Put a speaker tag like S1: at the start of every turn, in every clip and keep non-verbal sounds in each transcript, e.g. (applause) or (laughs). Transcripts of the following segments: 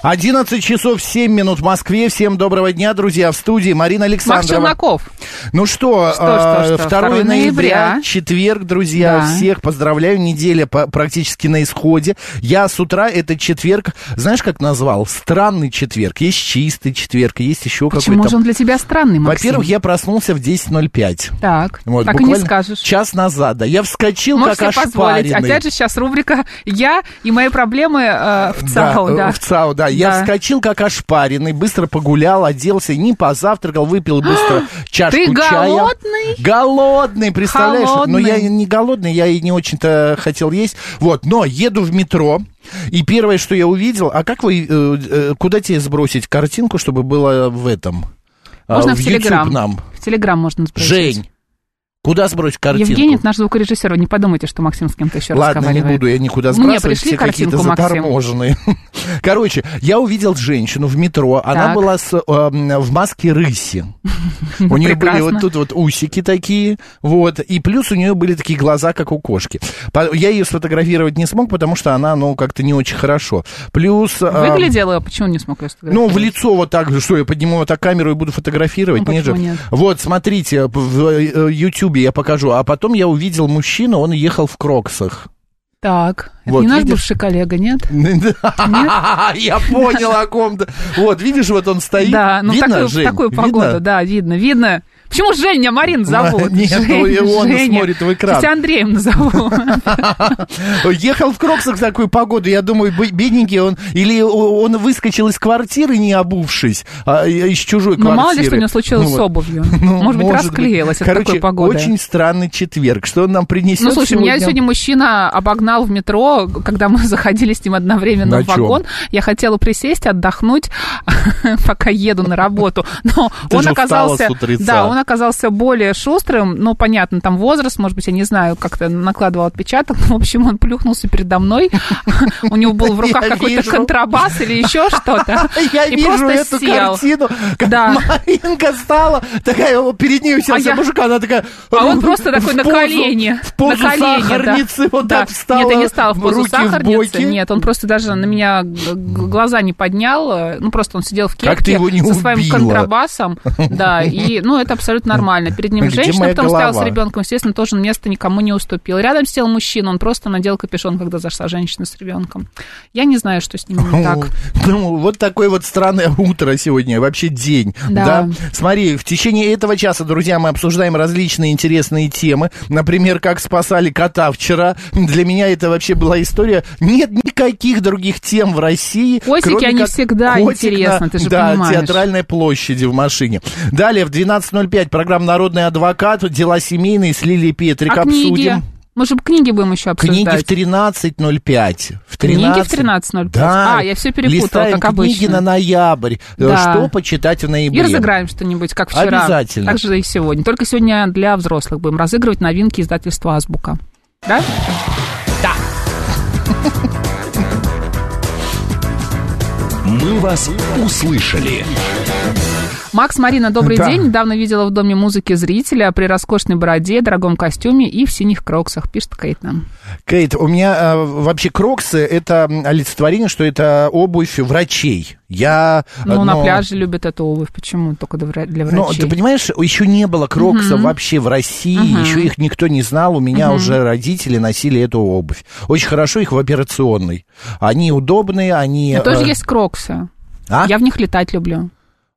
S1: 11 часов 7 минут в Москве. Всем доброго дня, друзья. В студии Марина
S2: Макс
S1: Александрова.
S2: Челноков.
S1: Ну что,
S2: Что, что, что?
S1: 2
S2: 2
S1: ноября,
S2: ноября.
S1: четверг, друзья,
S2: Да.
S1: всех поздравляю, неделя по- практически на исходе. Я с утра этот четверг, знаешь, как назвал? Странный четверг. Есть чистый четверг, есть еще
S2: Почему
S1: какой-то...
S2: же он для тебя странный, Максим?
S1: Во-первых, я проснулся в 10.05.
S2: Так,
S1: Вот,
S2: так и не
S1: буквально
S2: скажешь.
S1: Час назад, да. Я вскочил,
S2: Можешь
S1: как
S2: себе позволить. А
S1: ошпаренный.
S2: Опять же, сейчас рубрика «Я и мои проблемы э, в ЦАО»,
S1: э,
S2: да.
S1: В ЦАО, да. Я
S2: Да.
S1: вскочил как ошпаренный, быстро погулял, оделся, не позавтракал, выпил быстро чашку
S2: (gasps) Ты
S1: чая.
S2: голодный?
S1: Голодный, представляешь? Но
S2: Холодный.
S1: я не голодный, я и не очень-то хотел есть. Вот, но еду в метро, и первое, что я увидел, а как вы, э, э, куда тебе сбросить картинку, чтобы было в этом? А,
S2: Можно
S1: в
S2: в Телеграм.
S1: YouTube нам.
S2: В Телеграм можно спросить.
S1: Жень, куда сбросить картинку?
S2: Евгений, это наш звукорежиссер. Вы Не подумайте, что Максим с кем-то еще
S1: Ладно, не
S2: разговаривает.
S1: буду я никуда
S2: Мне
S1: сбрасывать,
S2: пришли
S1: все какие-то
S2: картинку, Максим.
S1: заторможенные. (laughs) Короче, я увидел женщину в метро, она
S2: Так.
S1: была с, э, м, в
S2: (laughs)
S1: маске рыси. У нее были
S2: Прекрасно.
S1: вот тут вот усики такие, вот, и плюс у нее были такие глаза, как у кошки. По- Я ее сфотографировать не смог, потому что она, ну, как-то не очень хорошо. Плюс... э,
S2: Выглядела, почему не смог ее
S1: ну, в лицо вот так же, что я подниму вот так камеру и буду фотографировать.
S2: Ну,
S1: нет же.
S2: почему нет?
S1: Вот, смотрите, п- в э, Ютубе я покажу. А потом я увидел мужчину, он ехал в кроксах.
S2: Так, это
S1: ну, Вот,
S2: не наш
S1: видишь?
S2: бывший коллега, нет?
S1: Я понял о ком-то. Вот, видишь, вот он стоит.
S2: Да, ну в
S1: Видно,
S2: такую, в
S1: Жень?
S2: такую
S1: Видно?
S2: погоду, да, видно, видно. Почему Женя Марин зовут?
S1: Нет, ну и он смотрит в экран.
S2: Сейчас тебя Андреем (laughs)
S1: (laughs)
S2: назову.
S1: Ехал в кроксах в такую погоду, я думаю, бе- бедненький он, или о- он выскочил из квартиры, не обувшись, а, и- из чужой
S2: Ну,
S1: квартиры.
S2: мало ли, что у него случилось
S1: Ну,
S2: с
S1: вот.
S2: обувью.
S1: Ну,
S2: Может быть, расклеилась от
S1: Короче,
S2: такой погоды.
S1: очень странный четверг. Что он нам принесет
S2: Ну, слушай, меня
S1: сегодня?
S2: сегодня мужчина обогнал в метро, когда мы (laughs) заходили с ним одновременно
S1: На
S2: в
S1: чем?
S2: вагон. Я хотела присесть, отдохнуть, (laughs) пока еду на работу. Но
S1: Ты
S2: он
S1: же встала
S2: оказался...
S1: с утреца.
S2: Да, он оказался более шустрым. Ну, понятно, там возраст, может быть, я не знаю, как-то накладывал отпечаток. (laughs) В общем, он плюхнулся передо мной. (laughs) У него был в руках
S1: Я
S2: какой-то
S1: вижу.
S2: контрабас или еще что-то.
S1: (laughs) Я
S2: И
S1: вижу
S2: просто
S1: эту
S2: сел.
S1: картину, как
S2: Да.
S1: Маринка стала, такая, вот перед ней уселся
S2: А я-
S1: мужик, она такая...
S2: А он
S1: э,
S2: просто такой
S1: в
S2: на
S1: позу-
S2: колени.
S1: В позу
S2: на колени,
S1: сахарницы
S2: да.
S1: вот
S2: Да.
S1: так встала.
S2: Нет, я не стала в позу
S1: руки
S2: сахарницы.
S1: боки.
S2: Нет, он просто даже на меня г- г- глаза не поднял. э, Ну, просто он сидел в кепке
S1: Как ты его не
S2: со своим
S1: убила?
S2: контрабасом. Да, и, ну, это абсолютно нормально. Перед ним
S1: Где
S2: женщина,
S1: моя
S2: потом стоял с
S1: голова?
S2: ребенком. Естественно, тоже место никому не уступил. Рядом сидел мужчина, он просто надел капюшон, когда зашла женщина с ребенком. Я не знаю, что с ними не так.
S1: (laughs) Ну, вот такое вот странное утро сегодня, вообще день. Да.
S2: Да.
S1: Смотри, в течение этого часа, друзья, мы обсуждаем различные интересные темы. Например, как спасали кота вчера. Для меня это вообще была история. Нет никаких других тем в России.
S2: Котики,
S1: кроме
S2: они
S1: как
S2: всегда
S1: котик
S2: интересны,
S1: на-
S2: ты же
S1: да,
S2: понимаешь.
S1: театральной площади в машине. Далее в 12.05 программа «Народный адвокат», дела семейные с Лилией Петрик
S2: А
S1: обсудим.
S2: книги? Мы же книги будем еще обсуждать.
S1: Книги в 13.05. В
S2: Книги
S1: 13.
S2: в 13.05.
S1: Да.
S2: А, я все перепутала,
S1: Листаем
S2: как
S1: книги
S2: обычно.
S1: на ноябрь. Э,
S2: Да.
S1: Что почитать в ноябре?
S2: И разыграем что-нибудь, как вчера.
S1: Обязательно.
S2: Так же и сегодня. Только сегодня для взрослых будем разыгрывать новинки издательства «Азбука». Да?
S3: «Мы вас услышали».
S2: Макс, Марина, добрый
S1: Да.
S2: день. Недавно видела в Доме музыки зрителя при роскошной бороде, дорогом костюме и в синих кроксах, пишет Кейт нам.
S1: Кейт, у меня э, вообще кроксы это м, олицетворение, что это обувь врачей. Я. э,
S2: Ну, на
S1: но-
S2: пляже любят эту обувь. Почему? Только для вра- для
S1: Но
S2: врачей.
S1: ты понимаешь, еще не было кроксов вообще в России, еще их никто не знал. У меня уже родители носили эту обувь. Очень хорошо их в операционной. Они удобные, они.
S2: Но тоже
S1: э,
S2: есть кроксы.
S1: а?
S2: Я в них летать люблю.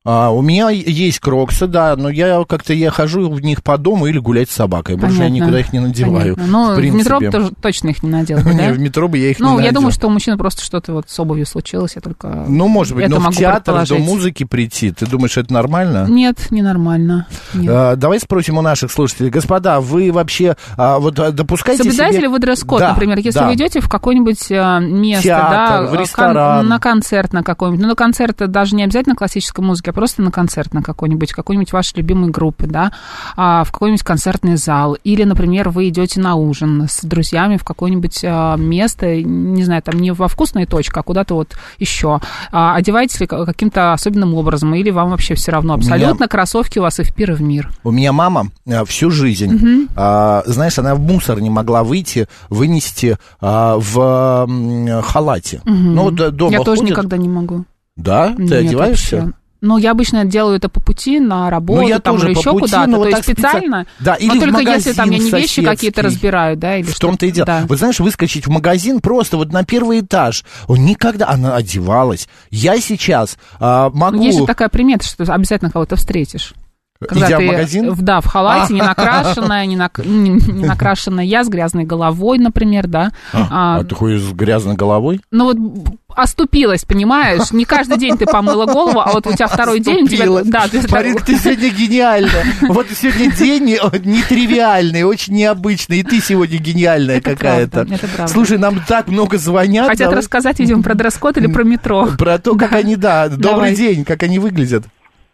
S1: А, у меня есть кроксы, да, но я как-то я хожу в них по дому или гулять с собакой. Больше я
S2: Понятно.
S1: никуда их не надеваю.
S2: Понятно. Ну,
S1: в
S2: в, метро бы
S1: (laughs)
S2: тоже точно их не надел, бы,
S1: Не,
S2: да?
S1: в метро бы я их не
S2: Ну, я
S1: надел.
S2: думаю, что у мужчины просто что-то вот с обувью случилось, я только...
S1: Ну, может быть,
S2: это
S1: но в
S2: могу
S1: театр до
S2: предположить.
S1: музыки прийти. Ты думаешь, это нормально?
S2: Нет, ненормально. Нет.
S1: А, Давай спросим у наших слушателей. Господа, вы вообще а, вот а, допускаете
S2: Соблюдаете
S1: себе-
S2: ли вы дресс-код,
S1: Да,
S2: например, если
S1: да.
S2: вы идете в какое-нибудь э, место,
S1: Театр,
S2: да, э,
S1: в
S2: кон-
S1: ресторан.
S2: на концерт на какой-нибудь, ну, на концерт даже не обязательно классической музыки, а просто на концерт на какой-нибудь, какой-нибудь вашей любимой группы, да, а, в какой-нибудь концертный зал, или, например, вы идете на ужин с друзьями в какое-нибудь э, место, не знаю, там не во вкусную точку, а куда-то вот еще, А, одеваетесь ли ка- каким-то особенным образом, или вам вообще все равно
S1: меня-
S2: абсолютно кроссовки у вас и в пир, и в мир.
S1: У меня мама а, всю жизнь, а, знаешь, она в мусор не могла выйти, вынести а, в м, халате. Ну, вот а, дома
S2: Я тоже
S1: ходит.
S2: никогда не могу.
S1: Да? Ты
S2: Нет,
S1: одеваешься? Ну,
S2: вообще. Ну, я обычно делаю это по пути на работу,
S1: я
S2: там,
S1: тоже
S2: или
S1: по
S2: еще
S1: пути,
S2: куда-то.
S1: но вот
S2: То
S1: так
S2: есть
S1: специально.
S2: специально.
S1: Да, или
S2: но
S1: в
S2: только если там я не
S1: магазин
S2: вещи какие-то
S1: соседский.
S2: разбираю, да, или
S1: В том-то и дело.
S2: Да.
S1: Вот знаешь, выскочить в магазин просто вот на первый этаж. Он никогда... Она одевалась. Я сейчас а,
S2: Ну,
S1: могу...
S2: Есть же такая примета, что обязательно кого-то встретишь. Когда
S1: Идя в
S2: ты,
S1: магазин? А.
S2: в- Да, в халате, не накрашенная, не, нак- не- не накрашенная я, с грязной головой, например, да.
S1: А,
S2: А,
S1: ты ходишь с грязной головой?
S2: Ну вот б- оступилась, понимаешь? Не каждый день ты помыла голову, а вот у тебя второй день... у тебя-
S1: Вступила.
S2: Да, ты-
S1: Маринка, ты сегодня гениальна. Вот сегодня день не- нетривиальный, очень необычный. И ты сегодня гениальная
S2: Это
S1: какая-то.
S2: правда, это правда.
S1: Слушай, нам так много звонят.
S2: Хотят
S1: Давай
S2: рассказать, видимо, про дресс-код или про метро.
S1: Про то, как они, да. Добрый
S2: Давай.
S1: день, как они выглядят.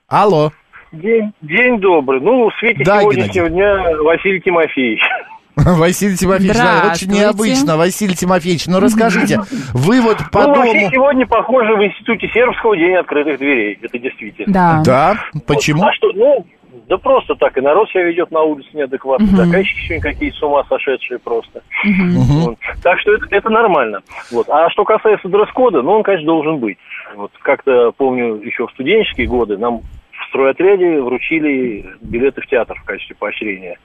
S1: Алло.
S4: День, день добрый. Ну, в свете
S1: Да,
S4: сегодняшнего дня Василий Тимофеевич. (laughs)
S1: (laughs) Василий Тимофеевич, да, очень
S2: Здравствуйте.
S1: необычно, Василий Тимофеевич. Ну, расскажите, вы вот по
S4: ну, вообще
S1: дому...
S4: сегодня, похоже, в Институте Сербского день открытых дверей. Это действительно.
S2: Да.
S1: Да, почему?
S4: А что, ну, да просто так. И народ себя ведет на улице неадекватно. а Заказчики сегодня какие-то с ума сошедшие просто. Вот. Так что это, это нормально. Вот. А что касается дресс-кода, ну, он, конечно, должен быть. Вот как-то, помню, еще в студенческие годы нам в стройотряде вручили билеты в театр в качестве поощрения.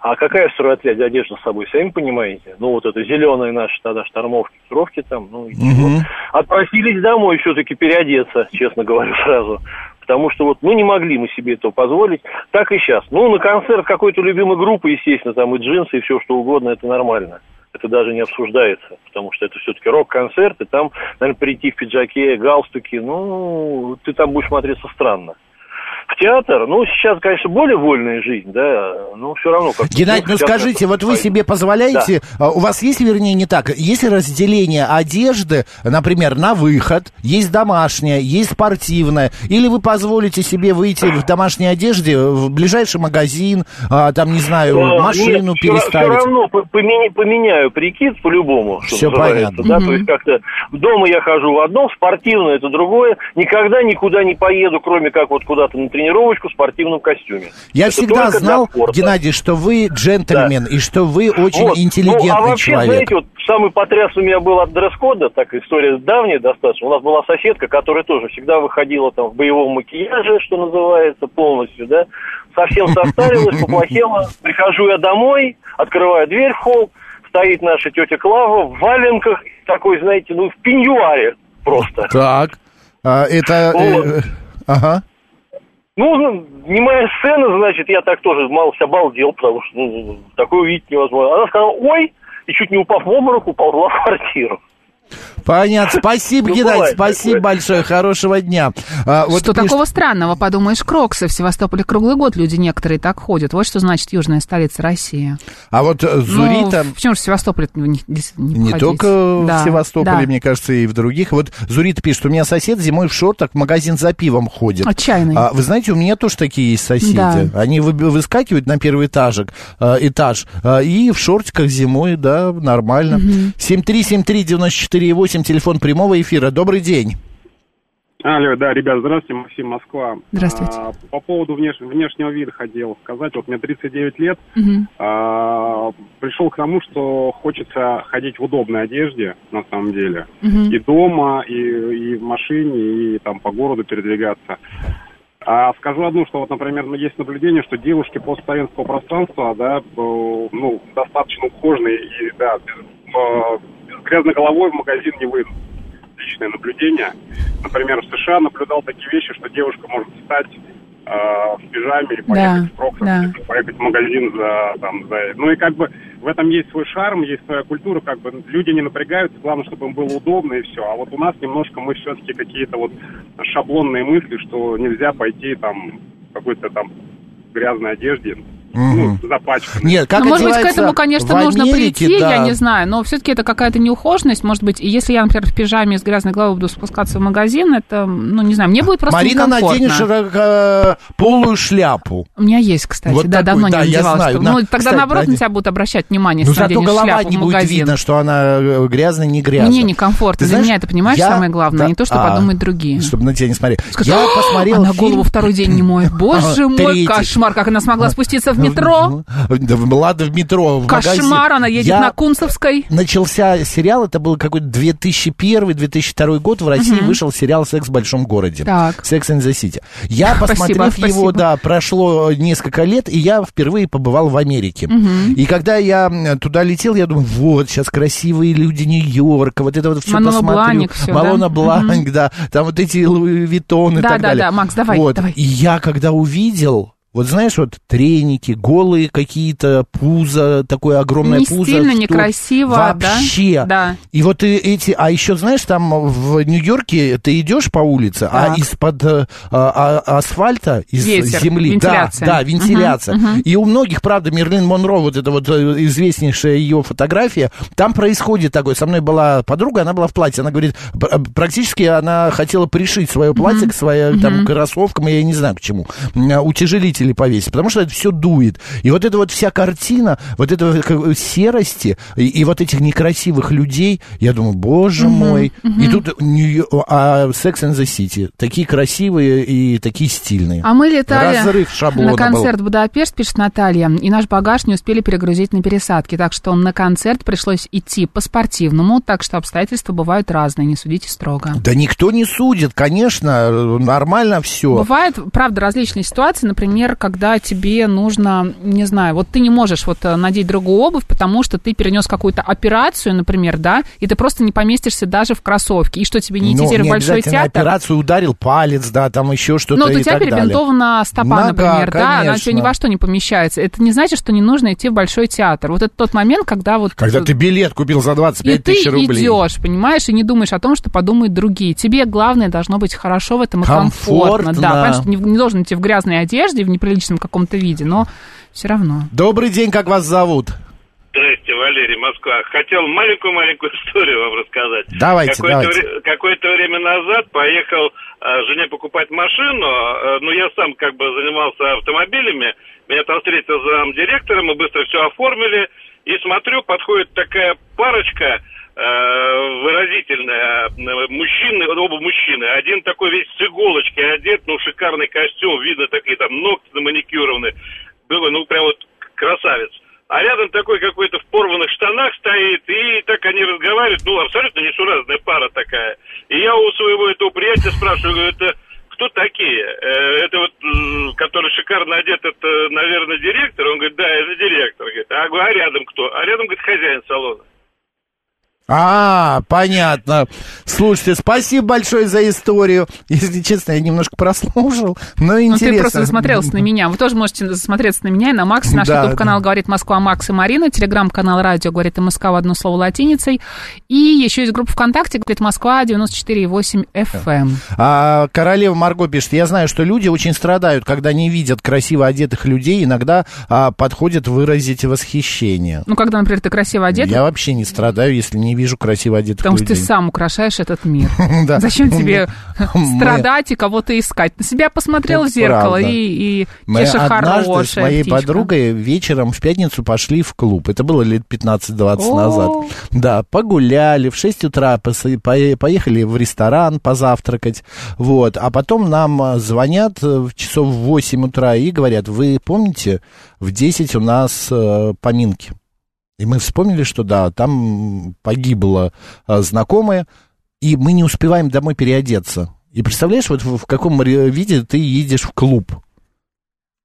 S4: А какая в стройотряде одежда с собой, сами понимаете? Ну, вот это зеленые наши тогда штормовки, кровки там, ну, и чего.
S1: Мгм.
S4: Отпросились домой все-таки переодеться, честно говорю сразу. Потому что вот, ну, не могли мы себе этого позволить. Так и сейчас. Ну, на концерт какой-то любимой группы, естественно, там и джинсы, и все что угодно, это нормально. Это даже не обсуждается, потому что это все-таки рок-концерт, и там, наверное, прийти в пиджаке, галстуки, ну, ты там будешь смотреться странно. В театр, ну, сейчас, конечно, более вольная жизнь, да, но все равно... Как
S1: Геннадий, ну скажите, вот вы себе позволяете, а, у вас есть, вернее, не так, есть ли разделение одежды, например, на выход, есть домашняя, есть спортивная, или вы позволите себе выйти в домашней одежде в ближайший магазин, а, там, не знаю,
S4: Ну,
S1: машину
S4: Все
S1: переставить?
S4: равно по- помени- поменяю прикид по-любому, что
S1: Всё
S4: называется,
S1: понятно.
S4: Да? То есть как-то дома я хожу в одно, в спортивное это другое. Никогда никуда не поеду, кроме как вот куда-то на тренировочку в спортивном костюме.
S1: Я
S4: Это
S1: всегда
S4: только для
S1: знал,
S4: спорта.
S1: Геннадий, что вы джентльмен и что вы очень
S4: Вот.
S1: интеллигентный
S4: ну, а вообще,
S1: человек.
S4: знаете, вот самый потряс у меня был от дресс-кода, так история давняя достаточно. У нас была соседка, которая тоже всегда выходила там в боевом макияже, что называется, полностью, да.
S1: (laughs)
S4: Совсем состарилась, поплохела. Прихожу я домой, открываю дверь в холл, стоит наша тетя Клава в валенках, такой, знаете, ну, в пеньюаре просто.
S1: Так, А, это... э,
S4: Вот.
S1: Ага.
S4: Ну, ну, не моя сцена, значит, я так тоже малость обалдел, потому что ну, такое увидеть невозможно. Она сказала «Ой!» и чуть не упав в обморок, уползла в квартиру.
S1: Понятно. Спасибо,
S4: Ну,
S1: Геннадий.
S4: бывает
S1: Спасибо
S4: такое.
S1: большое. Хорошего дня. А, вот
S2: что
S1: пишет-
S2: такого странного, подумаешь, кроксы в Севастополе круглый год люди некоторые так ходят. Вот что значит южная столица России.
S1: А вот э,
S2: Ну,
S1: Зурита...
S2: в- почему же в Севастополе не, не,
S1: Не
S2: походить?
S1: только
S2: Да,
S1: в Севастополе,
S2: да.
S1: мне кажется, и в других. Вот Зурита пишет, у меня сосед зимой в шортах в магазин за пивом ходит.
S2: Отчаянный.
S1: А, вы знаете, у меня тоже такие есть соседи.
S2: Да.
S1: Они вы- выскакивают на первый этажик, э, этаж э, и в шортиках зимой, да, нормально. 7373948, телефон прямого эфира. Добрый день.
S5: Алло, да, ребят, здравствуйте, Максим, Москва.
S2: Здравствуйте.
S5: А, по поводу внеш- внешнего вида хотел сказать. Вот мне 39 лет. А, пришел к тому, что хочется ходить в удобной одежде, на самом деле. И дома, и, и в машине, и там по городу передвигаться. А скажу одну, что вот, например, ну, есть наблюдение, что девушки постсоветского пространства, да, э, ну, достаточно ухоженные и, да, без, э, без грязной головой в магазин не выйдут. личные наблюдения. Например, в США наблюдал такие вещи, что девушка может встать э, в пижаме и
S2: Да,
S5: поехать в Прохоров,
S2: да.
S5: или поехать в магазин за, там, за... Ну и как бы в этом есть свой шарм, есть своя культура, как бы люди не напрягаются, главное, чтобы им было удобно и все. А вот у нас немножко мы все-таки какие-то вот шаблонные мысли, что нельзя пойти там в какой-то там грязной одежде, ну, запачканной.
S1: Нет, как
S2: Ну, может быть, к
S1: одевается
S2: этому, конечно,
S1: в
S2: нужно
S1: Америке,
S2: прийти,
S1: да.
S2: я не знаю, но все-таки это какая-то неухоженность, может быть, и если я, например, в пижаме с грязной головой буду спускаться в магазин, это, ну, не знаю, мне будет просто
S1: Марина,
S2: некомфортно.
S1: наденешь э, полую шляпу.
S2: У меня есть, кстати,
S1: Вот
S2: да,
S1: такой,
S2: давно
S1: да,
S2: не
S1: я
S2: надевалась.
S1: знаю,
S2: Ну,
S1: на-
S2: тогда,
S1: кстати,
S2: наоборот,
S1: надень-
S2: на тебя будут обращать внимание,
S1: Ну,
S2: если
S1: зато
S2: наденешь
S1: голова
S2: шляпу
S1: не
S2: в
S1: будет
S2: магазин.
S1: видно, что она э, грязная, не грязная.
S2: Мне некомфортно.
S1: Ты
S2: Для
S1: знаешь,
S2: меня это, понимаешь,
S1: я-
S2: самое главное. Не то, что
S1: А,
S2: подумают другие.
S1: Чтобы на тебя не смотрели.
S2: Сказать,
S1: Я
S2: «А,
S1: посмотрел
S2: она
S1: фильм-
S2: голову второй день не
S1: (laughs)
S2: моет. Боже мой,
S1: Третий. Ну,
S2: кошмар, как она смогла спуститься в метро.
S1: Да, в- ладно, в метро, в
S2: Кошмар,
S1: магазин.
S2: она едет
S1: Я-
S2: на Кунцевской.
S1: Начался сериал, это был какой-то 2001-2002 год, в России вышел сериал «Секс в большом городе».
S2: Так.
S1: «Секс in the City». Я, посмотрев
S2: (laughs) спасибо.
S1: его, да, прошло э, несколько лет, и я впервые побывал в Америке. И когда я м, туда летел, я думаю, вот, сейчас красивые люди Нью-Йорка, вот это вот все
S2: Маноло
S1: посмотрю.
S2: Бланик всё, да?
S1: Малона Бланик, да, там вот эти Луи Виттон и
S2: Да,
S1: так
S2: да,
S1: далее.
S2: да, Макс, давай,
S1: Вот.
S2: давай.
S1: И я когда увидел, вот знаешь, вот треники, голые какие-то, пузо, такое огромное
S2: Не
S1: пузо.
S2: стильно,
S1: что
S2: некрасиво, да?
S1: Вообще.
S2: Да.
S1: И вот и эти, а еще знаешь, там в Нью-Йорке ты идешь по улице, а
S2: Так.
S1: из-под э, а- а- асфальта, из
S2: Ветер,
S1: земли,
S2: вентиляция.
S1: да, да, вентиляция. И у многих, правда, Мерлин Монро, вот эта вот э, известнейшая ее фотография, там происходит такое. Со мной была подруга, она была в платье, она говорит, пр- э, практически она хотела пришить свое платье к своим там кроссовкам, я не знаю к чему, м, э, утяжелители повесить, потому что это все дует. И вот эта вот вся картина, вот этого как- серости и, и вот этих некрасивых людей, я думаю, боже мой. И тут Нью- а Sex and the City, такие красивые и такие стильные.
S2: А мы летали
S1: Разрыв
S2: на
S1: шаблона был.
S2: концерт Будапешт, пишет Наталья, и наш багаж не успели перегрузить на пересадке, так что на концерт пришлось идти по-спортивному, так что обстоятельства бывают разные, не судите строго.
S1: Да никто не судит, конечно, нормально все.
S2: Бывают, правда, различные ситуации, например, когда тебе нужно, не знаю, вот ты не можешь вот э, надеть другую обувь, потому что ты перенес какую-то операцию, например, да, и ты просто не поместишься даже в кроссовке. И что, тебе не идти теперь в большой театр?
S1: Ну, операцию ударил палец, да, там еще что-то
S2: Ну, вот у
S1: и
S2: тебя
S1: так далее.
S2: перебинтована стопа,
S1: Нога,
S2: например, да, она у тебя ни
S1: конечно.
S2: во что не помещается. Это не значит, что не нужно идти в большой театр. Вот это тот момент, когда вот...
S1: Когда ты билет купил за
S2: и
S1: 25
S2: ты
S1: тысяч рублей.
S2: идешь, понимаешь, и не думаешь о том, что подумают другие. Тебе главное должно быть хорошо в этом и комфортно.
S1: Комфортно.
S2: Да, понимаешь, ты не, не должен идти в грязной одежде, в неприличном каком-то виде, но все равно.
S1: Добрый день, как вас зовут?
S5: Здрасте, Валерий, Москва. Хотел маленькую-маленькую историю вам рассказать.
S1: Давайте,
S5: Какое-то
S1: давайте.
S5: вре- Какое-то время назад поехал э, жене покупать машину, э, ну, я сам как бы занимался автомобилями, меня там встретил замдиректора, мы быстро все оформили, и смотрю, подходит такая парочка э, выразительная, э, мужчины, оба мужчины, один такой весь с иголочки одет, ну, шикарный костюм, видно такие там ногти наманикюрованы, было, ну, прям вот красавец. А рядом такой какой-то в порванных штанах стоит, и так они разговаривают, ну, абсолютно несуразная пара такая. И я у своего этого приятеля спрашиваю, говорю, это кто такие? Э, Это вот, м, который шикарно одет, это, наверное, директор? Он говорит, да, это директор. Говорит, а, говорю, а рядом кто? А рядом, говорит, хозяин салона.
S1: А, понятно. Слушайте, спасибо большое за историю. Если честно, я немножко прослушал, но
S2: Ну,
S1: интересно.
S2: ты просто засмотрелся на меня. Вы тоже можете засмотреться на меня и на Макса. Наш
S1: Да,
S2: YouTube-канал «Говорит Москва» Макс и Марина. Телеграм-канал «Радио» «Говорит МСК» в одно слово латиницей. И еще есть группа ВКонтакте «Говорит Москва» 94,8 FM.
S1: А королева Марго пишет, я знаю, что люди очень страдают, когда не видят красиво одетых людей, иногда а, подходят выразить восхищение.
S2: Ну, когда, например, ты красиво одет,
S1: Я вообще не страдаю, если не вижу красиво одетых
S2: Потому что ты
S1: людей.
S2: сам украшаешь этот мир.
S1: (laughs) Да.
S2: Зачем тебе
S1: Мы-
S2: страдать и кого-то искать? На себя посмотрел в
S1: Это
S2: зеркало
S1: правда.
S2: и, и
S1: Мы
S2: Кеша
S1: однажды с
S2: хорошая
S1: моей
S2: птичка.
S1: подругой вечером в пятницу пошли в клуб. Это было лет 15-20
S2: О.
S1: назад. Да, погуляли, в 6 утра посы- пое- поехали в ресторан позавтракать. Вот. А потом нам а, звонят э, в часов в 8 утра и говорят, вы помните, в 10 у нас э, поминки. И мы вспомнили, что да, там погибла а, знакомая, и мы не успеваем домой переодеться. И представляешь, вот в в каком ре- виде ты едешь в клуб.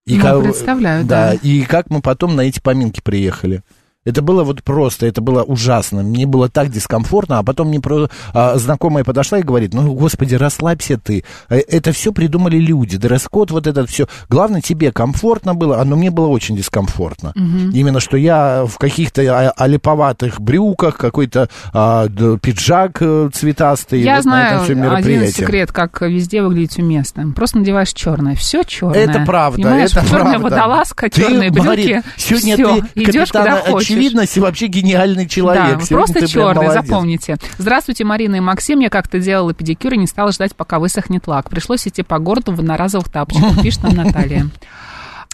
S2: Ну,
S1: ка-
S2: представляю, да.
S1: И как мы потом на эти поминки приехали. Это было вот просто, это было ужасно. Мне было так дискомфортно, а потом мне про... а, знакомая подошла и говорит, ну, господи, расслабься ты. Э, Это все придумали люди, дресс-код, вот это все. Главное, тебе комфортно было, а, но мне было очень дискомфортно. Именно, что я в каких-то а, олиповатых брюках, какой-то а, д- пиджак э, цветастый.
S2: Я
S1: вот на
S2: знаю
S1: этом всё мероприятии.
S2: один секрет, как везде выглядеть уместно. Просто надеваешь черное. Все черное.
S1: Это правда, это
S2: черная
S1: правда.
S2: водолазка,
S1: Ты,
S2: черные брюки.
S1: Марин, сегодня
S2: Всё,
S1: ты
S2: идешь
S1: капитан
S2: куда хочешь.
S1: очевидность и вообще гениальный
S2: Да,
S1: человек.
S2: вы
S1: Сегодня
S2: просто
S1: ты прям
S2: черный,
S1: молодец.
S2: запомните. Здравствуйте, Марина и Максим. Я как-то делала педикюр и не стала ждать, пока высохнет лак. Пришлось идти по городу в одноразовых тапочках, пишет нам Наталья.
S1: (laughs)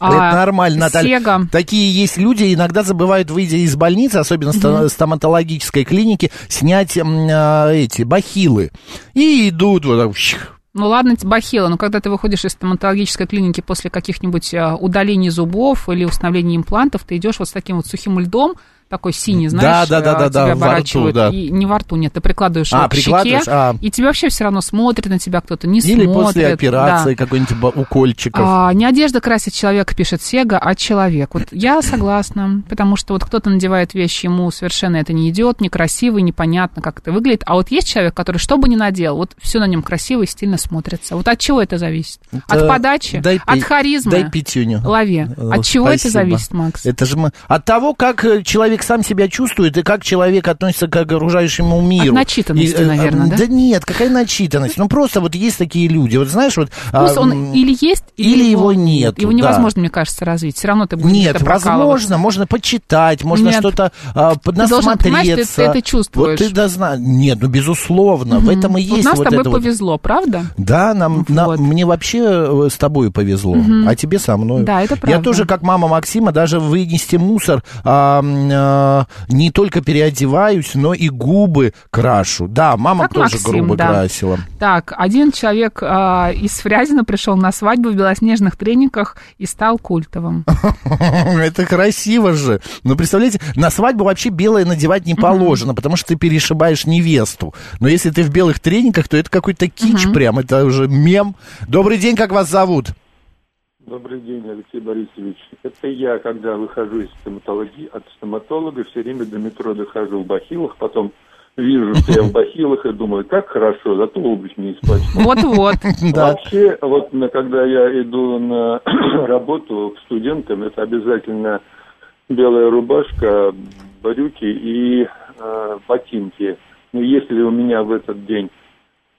S1: Это
S2: А,
S1: нормально, Наталья.
S2: Сега.
S1: Такие есть люди, иногда забывают, выйдя из больницы, особенно ста- стоматологической клиники, снять м, а, эти бахилы. И идут вот так, щх.
S2: Ну ладно, т- бахила, но когда ты выходишь из стоматологической клиники после каких-нибудь а, удалений зубов или установления имплантов, ты идешь вот с таким вот сухим льдом, такой синий, знаешь,
S1: да, да,
S2: а,
S1: да, да,
S2: тебя
S1: во рту,
S2: оборачивают.
S1: да.
S2: И не во рту, нет, ты прикладываешь
S1: А,
S2: его к щеке,
S1: прикладываешь, а.
S2: и тебе вообще все равно смотрит на тебя кто-то, не
S1: Или
S2: смотрит.
S1: после
S2: да.
S1: операции какой-нибудь ба- укольчиков.
S2: А, не одежда красит человека, пишет Сега, а человек. Вот я согласна, потому что вот кто-то надевает вещи, ему совершенно это не идет, некрасиво, и непонятно, как это выглядит. А вот есть человек, который что бы ни надел, вот все на нем красиво и стильно смотрится. Вот от чего это зависит?
S1: Это-
S2: от подачи?
S1: дай
S2: от
S1: пи-
S2: харизмы?
S1: Дай пятюню.
S2: Лови.
S1: Э,
S2: От чего это
S1: спасибо.
S2: зависит, Макс?
S1: Это же мы... От того, как э, человек сам себя чувствует и как человек относится к окружающему миру.
S2: От начитанности,
S1: э, э,
S2: наверное, да?
S1: Да нет, какая начитанность? Ну, просто вот есть такие люди. Вот знаешь, вот... а,
S2: Вкус, он
S1: м,
S2: или есть, или,
S1: или его нету,
S2: Его
S1: да.
S2: невозможно, мне кажется, развить. Все равно ты будешь
S1: Нет,
S2: это прокалываться.
S1: возможно, можно почитать, можно
S2: Нет.
S1: что-то а,
S2: должен понимать, что ты-
S1: поднасмотреться.
S2: ты это чувствуешь.
S1: Вот ты должна... Нет, ну, безусловно, в этом и
S2: Вот
S1: есть
S2: нам
S1: вот
S2: с тобой
S1: это вот.
S2: повезло, правда?
S1: Да, нам, нам-
S2: Ну Вот.
S1: мне вообще э, с тобой повезло, а тебе со мной.
S2: Да, это
S1: Я
S2: правда.
S1: тоже, как мама Максима, даже вынести мусор а, м, а, не только переодеваюсь, но и губы крашу. Да, мама
S2: Как
S1: тоже
S2: Максим,
S1: грубо
S2: да.
S1: красила. (laughs)
S2: Так, один человек а, из Фрязина пришел на свадьбу в белоснежных трениках и стал культовым.
S1: Это красиво же. Ну, представляете, на свадьбу вообще белое надевать не положено, потому что ты перешибаешь невесту. Но если ты в белых трениках, то это какой-то кич прям, это уже мем. Добрый день, как вас зовут?
S5: Добрый день, Алексей Борисович. Это я, когда выхожу из стоматологии, от стоматолога, все время до метро дохожу в бахилах, потом вижу, что я в бахилах и думаю, как хорошо, зато обувь не испачкал.
S1: (laughs)
S2: Вот-вот.
S1: Да.
S5: Вообще, вот на- когда я иду на (clears throat) работу к студентам, это обязательно белая рубашка, брюки и э, ботинки. Но если у меня в этот день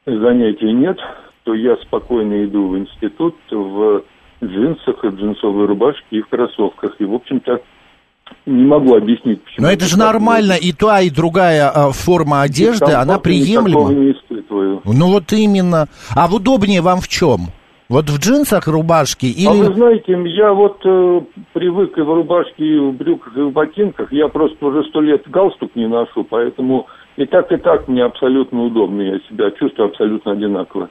S5: занятий нет, то я спокойно иду в институт в джинсах и в джинсовой рубашке и в кроссовках. И, в общем-то, не могу объяснить, почему.
S1: Но это же
S5: так.
S1: нормально, и та, и другая а, форма одежды,
S5: Дискомфорта
S1: она
S5: никакого
S1: приемлема.
S5: не испытываю.
S1: Ну вот именно. А в удобнее вам в чем? Вот в джинсах, рубашке
S5: А вы
S1: или...
S5: знаете, я вот э, привык и в рубашке, и в брюках, и в ботинках. Я просто уже сто лет галстук не ношу, поэтому и так, и так мне абсолютно удобно. Я себя чувствую абсолютно одинаково.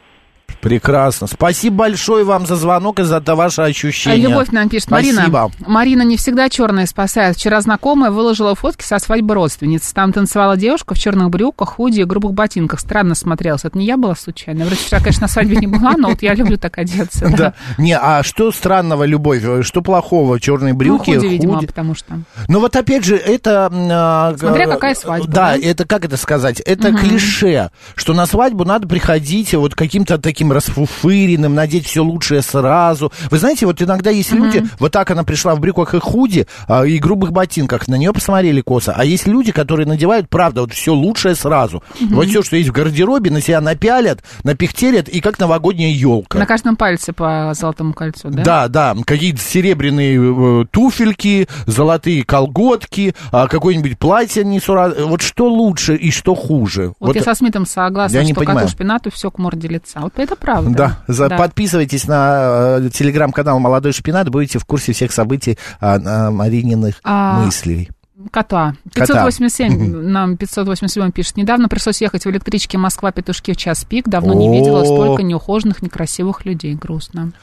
S1: Прекрасно. Спасибо большое вам за звонок и за то ваше
S2: А
S1: ощущение.
S2: Любовь нам пишет,
S1: Спасибо.
S2: (laughs) Марина, Марина не всегда черная спасает. Вчера знакомая выложила фотки со свадьбы родственницы. Там танцевала девушка в черных брюках, худи и грубых ботинках. Странно смотрелась. Это не я была случайно. Я Вроде вчера, конечно, на свадьбе не была, но вот я люблю так одеться. да. Ну,
S1: Да. Не, а что странного, Любовь? э, Что плохого? Черные
S2: Ну,
S1: брюки,
S2: худи, видимо,
S1: худи.
S2: потому что.
S1: Ну вот опять же, это... м, а,
S2: Смотря
S1: э,
S2: какая свадьба,
S1: Да,
S2: да?
S1: это, как это сказать, это клише, что на свадьбу надо приходить вот каким-то таким расфуфыренным, надеть все лучшее сразу. Вы знаете, вот иногда есть люди, вот так она пришла в брюках и худи, а, и грубых ботинках, на нее посмотрели косо. А есть люди, которые надевают, правда, вот все лучшее сразу. Вот все, что есть в гардеробе, на себя напялят, напихтерят, и как новогодняя елка.
S2: На каждом пальце по золотому кольцу, да?
S1: Да, да, какие-то серебряные э, туфельки, золотые колготки, а, какое-нибудь платье несура... Вот что лучше и что хуже.
S2: Вот, я со Смитом согласна,
S1: э, Я не
S2: что
S1: понимаю.
S2: коту шпинату все к морде лица. Вот это правда.
S1: Да, за-
S2: Да.
S1: подписывайтесь на э, телеграм-канал «Молодой шпинат», будете в курсе всех событий а, а, Марининых
S2: А,
S1: мыслей.
S2: Кота.
S1: Кота.
S2: 587 нам 587 пишет. Недавно пришлось ехать в электричке Москва-Петушки в час пик. Давно не
S1: О.
S2: видела столько неухоженных, некрасивых людей. Грустно.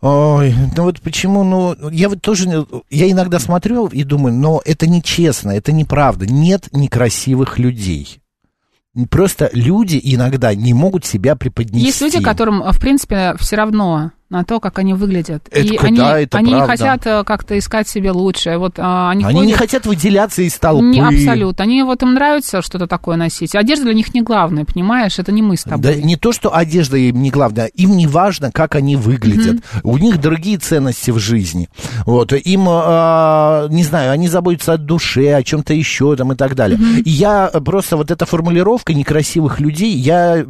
S1: Ой, ну вот почему, ну, я вот тоже, не- я иногда смотрю и думаю, но это нечестно, это неправда, нет некрасивых людей. Просто люди иногда не могут себя преподнести.
S2: Есть люди, которым, в э, принципе, все равно на то, как они выглядят.
S1: Это
S2: и
S1: к-
S2: они,
S1: да, это
S2: они не
S1: правда.
S2: хотят э, как-то искать себе лучшее. Вот а, они,
S1: Они
S2: ходят-
S1: не хотят выделяться из толпы.
S2: Не, абсолютно. Они вот им нравится что-то такое носить. Одежда для них не главное, понимаешь? Это не мы с тобой.
S1: Да, не то, что одежда им не главное, им не важно, как они выглядят. У них другие ценности в жизни. Вот. Им, а, не знаю, они заботятся о душе, о чем-то еще там и так далее. И я э, просто вот эта формулировка некрасивых людей, я, м,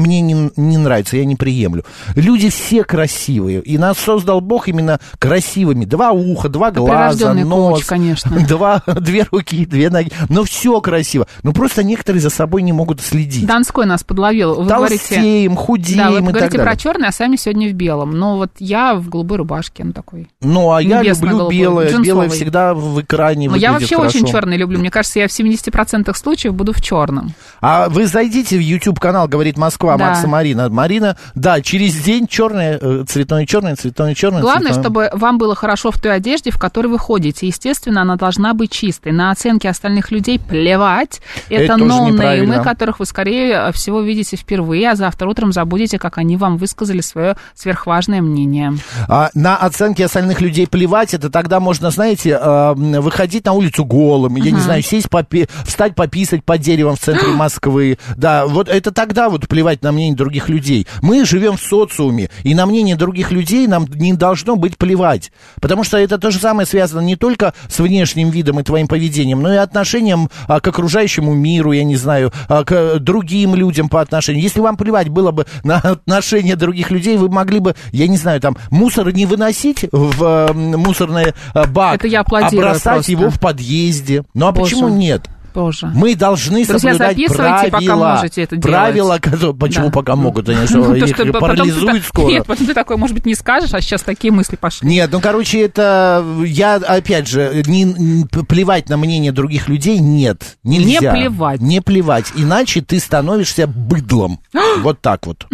S1: мне не, не нравится, я не приемлю. Люди все красивые. И нас создал Бог именно красивыми. Два уха, два глаза,
S2: прирожденный
S1: нос.
S2: коуч, конечно.
S1: (laughs) Два, две руки, две ноги. Но все красиво. Но просто некоторые за собой не могут следить
S2: Донской нас подловил. Вы говорите,
S1: толстеем, худеем
S2: да, вы
S1: и так
S2: говорите
S1: далее.
S2: про черный, а сами сегодня в белом. Но вот я в голубой рубашке, ну такой.
S1: Ну, а я люблю
S2: небесно-голубой,
S1: белое. Белое
S2: джинсовый.
S1: всегда в экране
S2: Но
S1: выглядит
S2: я вообще
S1: хорошо.
S2: очень черный люблю. Мне кажется, я в 70% случаев буду в черном.
S1: А вы зайдите в YouTube-канал «Говорит Москва»
S2: Да.
S1: Макса Марина. Марина, да, через день черное, э, цветное, черное, цветное, черное.
S2: Главное, чтобы вам было хорошо в той одежде, в которой вы ходите. Естественно, она должна быть чистой. На оценки остальных людей плевать. Это,
S1: Это тоже
S2: ноунеймы,
S1: неправильно.
S2: которых вы, скорее всего, видите впервые, а завтра утром забудете, как они вам высказали свое сверхважное мнение.
S1: А, на оценки остальных людей плевать, это тогда можно, знаете, а, м, выходить на улицу голым, я не знаю, сесть, попи- встать, пописать под деревом в центре Москвы. Да, вот это тогда вот плевать на мнение других людей. Мы живем в социуме, и на мнение других людей нам не должно быть плевать. Потому что это то же самое связано не только с внешним видом и твоим поведением, но и отношением а, к окружающему миру, я не знаю, а, к э, другим людям по отношению. Если вам плевать было бы на отношения других людей, вы могли бы, я не знаю, там, мусор не выносить в э, м, мусорный э, бак,
S2: Это я
S1: а
S2: аплодирую
S1: бросать
S2: просто.
S1: его в подъезде. Ну а
S2: Боже.
S1: почему нет?
S2: Боже.
S1: Мы должны
S2: Друзья,
S1: соблюдать
S2: записывайте, пока
S1: правила.
S2: можете это делать.
S1: правила, которые- почему
S2: Да.
S1: пока могут, они
S2: (laughs)
S1: что,
S2: Ну, то,
S1: их
S2: что потом ты
S1: парализуют
S2: та-
S1: скоро.
S2: (laughs) Нет, потом ты такой, может быть, не скажешь, а сейчас такие мысли пошли.
S1: Нет, ну, короче, это я, опять же, не, н- п- плевать на мнение других людей нет. Нельзя.
S2: Не плевать.
S1: Не плевать, иначе ты
S2: (gasps)
S1: становишься быдлом. вот так вот.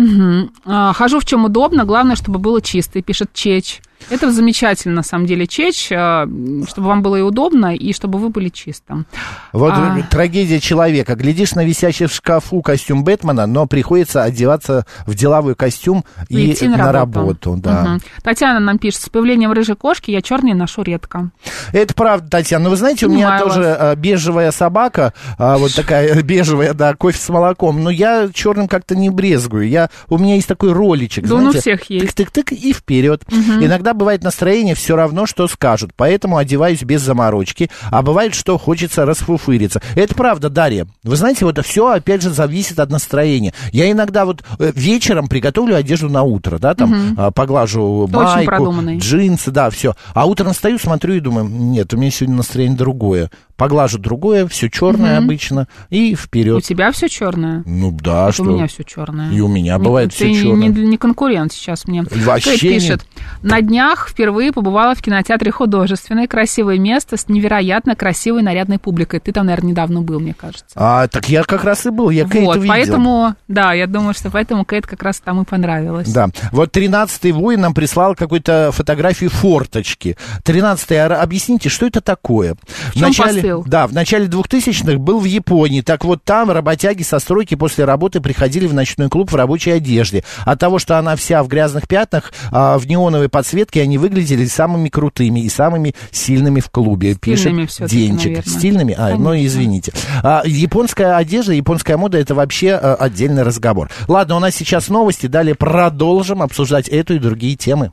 S2: А, Хожу в чем удобно, главное, чтобы было чисто, пишет Чеч. Это замечательно, на самом деле, Чеч, а, чтобы вам было и удобно, и чтобы вы были чистым.
S1: Вот
S2: А.
S1: э, трагедия человека. Глядишь на висящий в шкафу костюм Бэтмена, но приходится одеваться в деловой костюм и,
S2: идти
S1: на, работу. да.
S2: Мгм. Татьяна нам пишет, с появлением рыжей кошки я черный ношу редко.
S1: Это правда, Татьяна. Но вы знаете, у меня
S2: Понимаю
S1: тоже э, бежевая собака, а, вот такая (laughs) бежевая, да, кофе с молоком. Но я черным как-то не брезгую. Я, у меня есть такой роличек,
S2: Да он у
S1: знаете,
S2: всех есть.
S1: тык-тык-тык и вперед. Иногда бывает настроение все равно, что скажут, поэтому одеваюсь без заморочки, а бывает, что хочется расфуфыриться. Это правда, Дарья. Вы знаете, вот все, опять же, зависит от настроения. Я иногда вот э, вечером приготовлю одежду на утро, да, там э, поглажу
S2: Ты очень
S1: майку,
S2: продуманный.
S1: джинсы, да, все. А утром встаю, смотрю и думаю, нет, у меня сегодня настроение другое. Поглажу другое, все черное обычно, и
S2: У
S1: вперед.
S2: тебя все черное?
S1: Ну да, что...
S2: У меня все черное.
S1: И у меня бывает всё
S2: Не,
S1: чёрное.
S2: не конкурент сейчас мне.
S1: Вообще
S2: Кэт пишет. На днях впервые побывала в кинотеатре художественное. Красивое место с невероятно красивой нарядной публикой. Ты там, наверное, недавно был, мне кажется.
S1: А, так я как раз и был, я Кейт
S2: вот,
S1: видел.
S2: поэтому, да, я думаю, что поэтому Кейт как раз там и понравилась.
S1: Да. Вот 13-й воин нам прислал какую-то фотографию форточки. 13-й, а объясните, что это такое? В
S2: чем посыл?
S1: Да, в начале 2000-х был в Японии. Так вот там работяги со стройки после работы приходили в ночной клуб в рабочей одежде. От того, что она вся в грязных пятнах, а, в неоновой подсветке, они выглядели самыми крутыми и самыми сильными в клубе.
S2: Стильными
S1: пишет
S2: всё-таки,
S1: Денчик.
S2: наверное.
S1: Стильными? А, ну,
S2: Конечно.
S1: извините. А, японская одежда, японская мода это вообще э, отдельный разговор. Ладно, у нас сейчас новости, далее продолжим обсуждать эту и другие темы.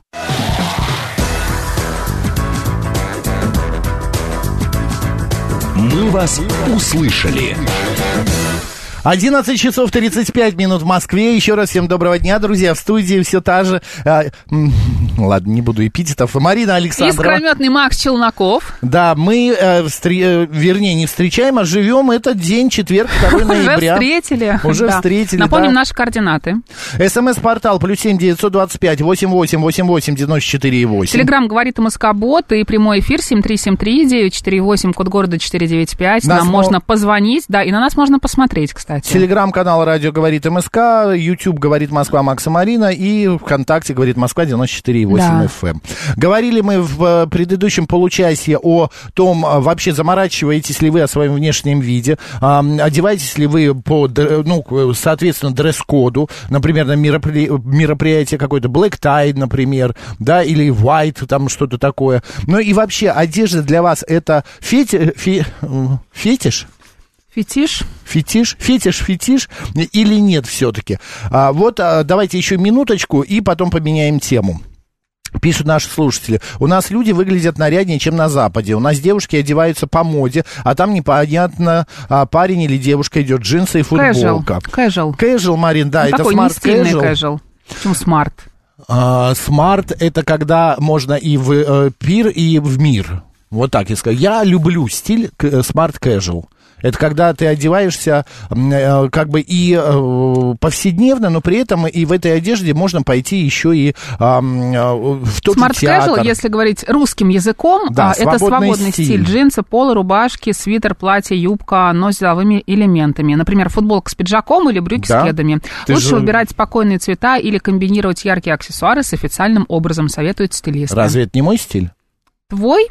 S3: «Мы вас услышали».
S1: 11 часов 35 минут в Москве. Еще раз всем доброго дня, друзья. В студии все та же. а, м, ладно, не буду эпитетов. Марина Александрова.
S2: Искрометный Макс
S1: (laughs)
S2: Челноков.
S1: Да, мы, э, встре- э, вернее, не встречаем, а живем этот день, четверг, 2
S2: (laughs) Уже
S1: ноября.
S2: встретили.
S1: Уже
S2: Да.
S1: встретили,
S2: Напомним
S1: да.
S2: наши координаты.
S1: СМС-портал плюс семь девятьсот двадцать пять восемь восемь восемь восемь девяносто четыре и восемь.
S2: Телеграмм говорит Москобот и прямой эфир 7373948, код города 495.
S1: Нас
S2: Нам
S1: мо-
S2: можно позвонить, да, и на нас можно посмотреть, кстати.
S1: Телеграм-канал «Радио говорит МСК», YouTube «Говорит Москва» Макса Марина и ВКонтакте «Говорит Москва» 94,8.
S2: Да.
S1: 98 FM. Говорили мы в э, предыдущем получасе о том, а, вообще заморачиваетесь ли вы о своем внешнем виде, а, м, одеваетесь ли вы по, др- ну, к- соответственно, дресс-коду, например, на меропри- мероприятие какое-то, black tie, например, да, или white, там что-то такое. Ну и вообще, одежда для вас это фети- фе- м, фетиш?
S2: Фетиш?
S1: Фетиш, фетиш, фетиш или нет все-таки? А, вот а, давайте еще минуточку и потом поменяем тему. Пишут наши слушатели. У нас люди выглядят наряднее, чем на Западе. У нас девушки одеваются по моде, а там непонятно, а, парень или девушка идет джинсы и
S2: Casual.
S1: футболка.
S2: Casual.
S1: Кэжуал, Марин, да,
S2: Ну,
S1: это
S2: такой не
S1: смарт
S2: стильный
S1: casual.
S2: casual. Почему смарт?
S1: А, Смарт это когда можно и в э, пир, и в мир. Вот так я скажу. Я люблю стиль к- э, смарт casual. Это когда ты одеваешься м, э, как бы и э, повседневно, но при этом и в этой одежде можно пойти еще и а, м, э, в тот же
S2: Смарт casual,
S1: театр.
S2: если говорить русским языком, а,
S1: Да,
S2: это
S1: свободный
S2: свободный стиль.
S1: стиль.
S2: Джинсы, поло, рубашки, свитер, платье, юбка, но с деловыми элементами. Например, футболка с пиджаком или брюки
S1: Да.
S2: с кедами.
S1: Ты
S2: Лучше
S1: же-
S2: выбирать спокойные цвета или комбинировать яркие аксессуары с официальным образом, советуют стилисты.
S1: Разве это не мой стиль?
S2: Твой?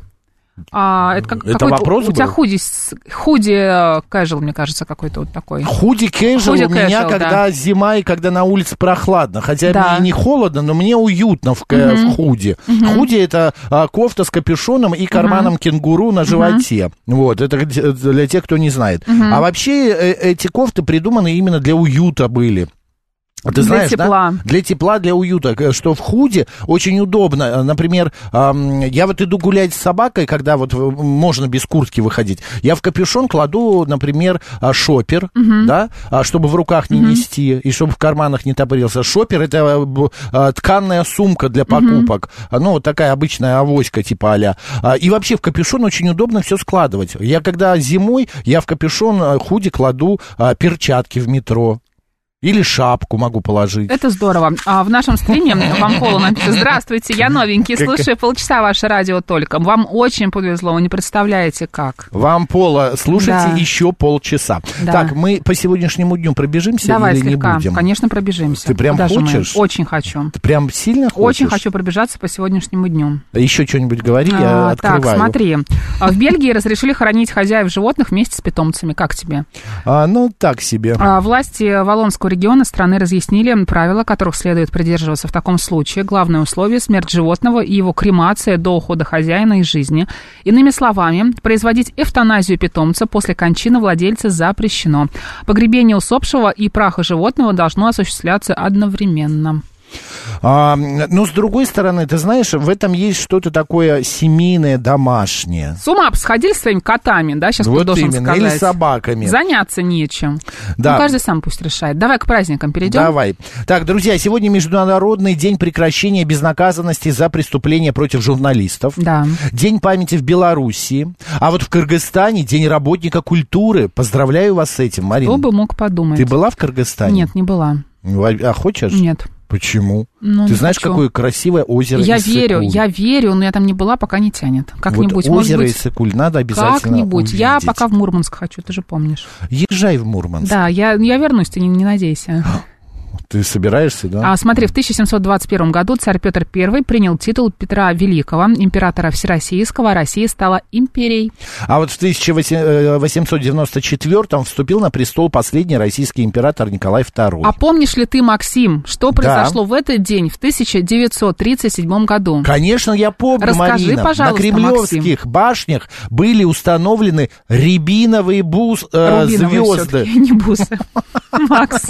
S2: А, это как,
S1: Это
S2: какой-то-
S1: вопрос
S2: У тебя
S1: был?
S2: худи, с- худи э, casual, мне кажется, какой-то вот такой.
S1: Худи кэжуал
S2: Худи
S1: у меня,
S2: casual,
S1: когда
S2: да.
S1: зима и когда на улице прохладно. Хотя
S2: Да.
S1: мне и не холодно, но мне уютно в, кэ- в худи. Худи это а, кофта с капюшоном и карманом кенгуру на животе. Вот, это д- для тех, кто не знает. А вообще э, эти кофты придуманы именно для уюта были. А Ты
S2: Для
S1: знаешь, да?
S2: тепла.
S1: Для тепла, для уюта, К- что в худе очень удобно. Э, Например, ам, я вот иду гулять с собакой, когда вот в- можно без куртки выходить. Я в капюшон кладу, например, а, шопер, да, а, чтобы в руках не нести и чтобы в карманах не топорился. Шопер это э, б- а, тканная сумка для покупок, А, ну вот такая обычная авоська типа аля. А, И вообще в капюшон очень удобно все складывать. Я когда зимой, я в капюшон э, худи кладу а, перчатки в метро. Или шапку могу положить.
S2: Это здорово. А в нашем стриме вам Пола написал, здравствуйте, я новенький, слушаю полчаса ваше радио только. Вам очень повезло, вы не представляете как.
S1: Вам Пола, слушайте
S2: Да.
S1: еще полчаса.
S2: Да.
S1: Так, мы по сегодняшнему дню пробежимся
S2: Давай
S1: или не
S2: слегка,
S1: будем?
S2: конечно, пробежимся.
S1: Ты прям
S2: Куда же мы?
S1: хочешь?
S2: Очень хочу.
S1: Ты прям сильно хочешь?
S2: Очень хочу пробежаться по сегодняшнему дню.
S1: Еще что-нибудь говори, я
S2: А,
S1: открываю.
S2: так, смотри. А, В Бельгии разрешили хоронить хозяев животных вместе с питомцами. Как тебе?
S1: А, ну, так себе.
S2: А, Власти Волонского региона страны разъяснили правила, которых следует придерживаться в таком случае. Главное условие – смерть животного и его кремация до ухода хозяина из жизни. Иными словами, производить эвтаназию питомца после кончины владельца запрещено. Погребение усопшего и праха животного должно осуществляться одновременно.
S1: А, но с другой стороны, ты знаешь, в этом есть что-то такое семейное, домашнее.
S2: С ума бы сходили с своими котами, да, сейчас
S1: Ну, вот
S2: должен
S1: именно.
S2: сказать.
S1: Или с собаками.
S2: Заняться нечем.
S1: Да.
S2: Ну, каждый сам пусть решает. Давай к праздникам перейдем.
S1: Давай. Так, друзья, сегодня Международный день прекращения безнаказанности за преступления против журналистов.
S2: Да.
S1: День памяти в Белоруссии. А вот в Кыргызстане День работника культуры. Поздравляю вас с этим, Марина.
S2: Кто бы мог подумать?
S1: Ты была в Кыргызстане?
S2: Нет, не была.
S1: А хочешь?
S2: Нет.
S1: Почему?
S2: Ну,
S1: Ты
S2: не
S1: знаешь,
S2: хочу.
S1: какое красивое озеро
S2: Я
S1: Иссык-Куль.
S2: верю, я верю, но я там не была, пока не тянет.
S1: Вот
S2: Как-нибудь, может
S1: озеро
S2: быть,
S1: Иссык-Куль надо обязательно
S2: как-нибудь. Я
S1: увидеть.
S2: пока в Мурманск хочу, ты же помнишь.
S1: Езжай в Мурманск.
S2: Да, я, я вернусь, ты не, не надейся.
S1: Ты собираешься, да?
S2: А, смотри, в 1721 году царь Петр I принял титул Петра Великого, императора Всероссийского, а Россия стала империей.
S1: А вот в э, 1894-м вступил на престол последний российский император Николай II.
S2: А помнишь ли ты, Максим, что произошло в этот день, в 1937 году?
S1: Конечно, я помню,
S2: Расскажи,
S1: Марина,
S2: пожалуйста,
S1: на кремлевских башнях были установлены рябиновые буз, э,
S2: Рубиновые
S1: звезды.
S2: всё-таки, не бусы. (laughs) Макс.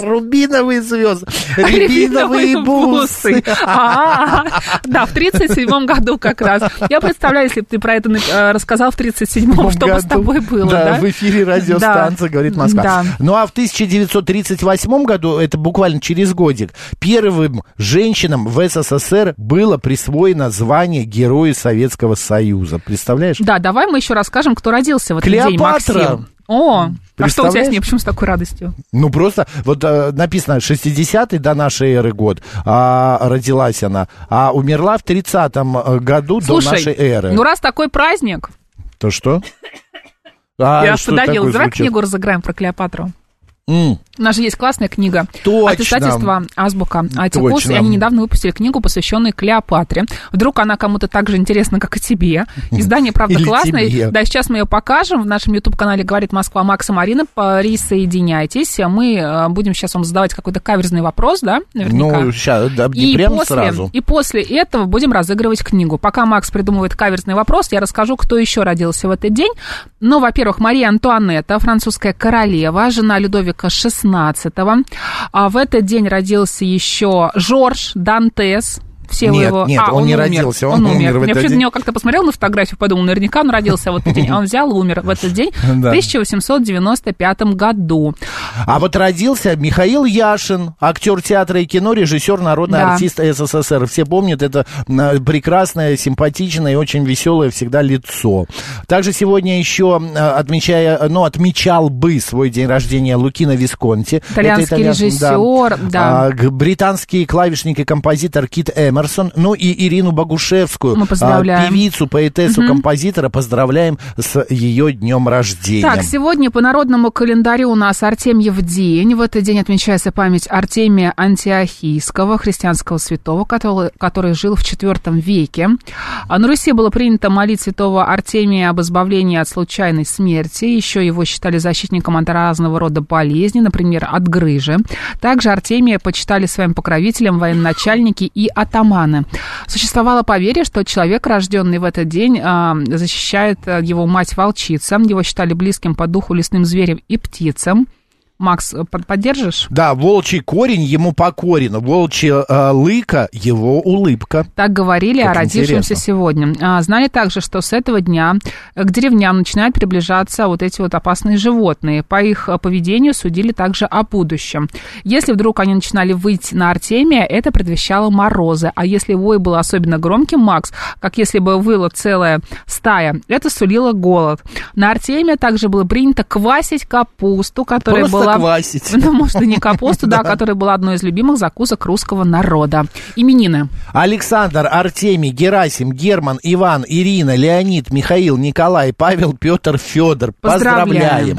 S2: (laughs)
S1: Рубиновые звезды. Рябиновые бусы.
S2: А, Да, в 37-м году как раз. Я представляю, если бы ты про это э, рассказал в 37-м, что бы с тобой было,
S1: да,
S2: да?
S1: в эфире радиостанция
S2: Да.
S1: «Говорит Москва».
S2: Да.
S1: Ну а в 1938 году, это буквально через годик, первым женщинам в СССР было присвоено звание Героя Советского Союза. Представляешь?
S2: Да, давай мы еще расскажем, кто родился в этот день,
S1: Клеопатра.
S2: Максим. О, а что у тебя с
S1: Представляешь?
S2: ней? Почему с такой радостью?
S1: Ну просто, вот э, написано 60-й до нашей эры год а, родилась она, а умерла в 30-м году до нашей
S2: Слушай,
S1: эры.
S2: ну раз такой праздник,
S1: То что? А,
S2: я
S1: что А,
S2: подавилась.
S1: такое
S2: Давай
S1: звучит?
S2: книгу разыграем про Клеопатру.
S1: М,
S2: У нас же есть классная книга
S1: Точно.
S2: от издательства «Азбука» Айтикус, и
S1: Точно.
S2: они недавно выпустили книгу, посвященную Клеопатре. Вдруг она кому-то так же интересна, как и тебе. Издание, правда,
S1: Или
S2: классное.
S1: тебе.
S2: Да, сейчас мы ее покажем. В нашем YouTube-канале «Говорит Москва» Макса Марина. Э, Присоединяйтесь. Мы э, будем сейчас вам задавать какой-то каверзный вопрос, да, наверняка.
S1: Ну, сейчас, да, не
S2: И
S1: прям
S2: после,
S1: сразу.
S2: и после этого будем разыгрывать книгу. Пока Макс придумывает каверзный вопрос, я расскажу, кто еще родился в этот день. Ну, во-первых, Мария Антуанетта, французская королева, жена Людовика XVI. А в этот день родился еще Жорж Дантес. Все вы
S1: Нет,
S2: его...
S1: нет,
S2: а,
S1: он не
S2: умер.
S1: родился,
S2: он,
S1: он умер
S2: умер.
S1: в
S2: Я
S1: этот
S2: вообще на
S1: день.
S2: него как-то посмотрел на фотографию, подумал, наверняка он родился в этот день. А он взял и умер в этот
S1: (laughs)
S2: день в
S1: Да.
S2: 1895 году.
S1: А вот родился Михаил Яшин, актер театра и кино, режиссер, народный
S2: Да.
S1: артист СССР. Все помнят это м, э, прекрасное, симпатичное и очень веселое всегда лицо. Также сегодня еще э, отмечая, ну, отмечал бы свой день рождения Лукино Висконти. Это
S2: Итальянский
S1: итальянский,
S2: режиссер, да.
S1: А, г- британский клавишник и композитор Кит Эмерсон, ну и Ирину Богушевскую,
S2: Мы поздравляем.
S1: а, певицу, поэтессу, композитора, поздравляем с ее днем рождения.
S2: Так, сегодня по народному календарю у нас Артемьев день. В этот день отмечается память Артемия Антиохийского, христианского святого, который, который жил в IV веке. А На Руси было принято молить святого Артемия об избавлении от случайной смерти. Еще его считали защитником от разного рода болезней, например, от грыжи. Также Артемия почитали своим покровителем военачальники и атаманы. Существовало поверье, что человек, рожденный в этот день, а, защищает а, его мать-волчица. Его считали близким по духу лесным зверем и птицам. Макс, э, под- поддержишь?
S1: Да, волчий корень ему покорен, волчья э, лыка его улыбка.
S2: Так говорили
S1: Как
S2: о родившемся
S1: интересно.
S2: сегодня. А, Знали также, что с этого дня э, к деревням начинают приближаться вот эти вот опасные животные. По их э, поведению судили также о будущем. Если вдруг они начинали выйти на Артемия, это предвещало морозы. А если вой был особенно громким, Макс, как если бы выла целая стая, это сулило голод. На Артемия также было принято квасить капусту, которая
S1: Просто
S2: была...
S1: квасить.
S2: (laughs) Ну, может, и не капусту,
S1: (laughs)
S2: да, которая была одной из любимых закусок русского народа. Именины.
S1: Александр, Артемий, Герасим, Герман, Иван, Ирина, Леонид, Михаил, Николай, Павел, Петр, Федор.
S2: Поздравляем.
S1: Поздравляем.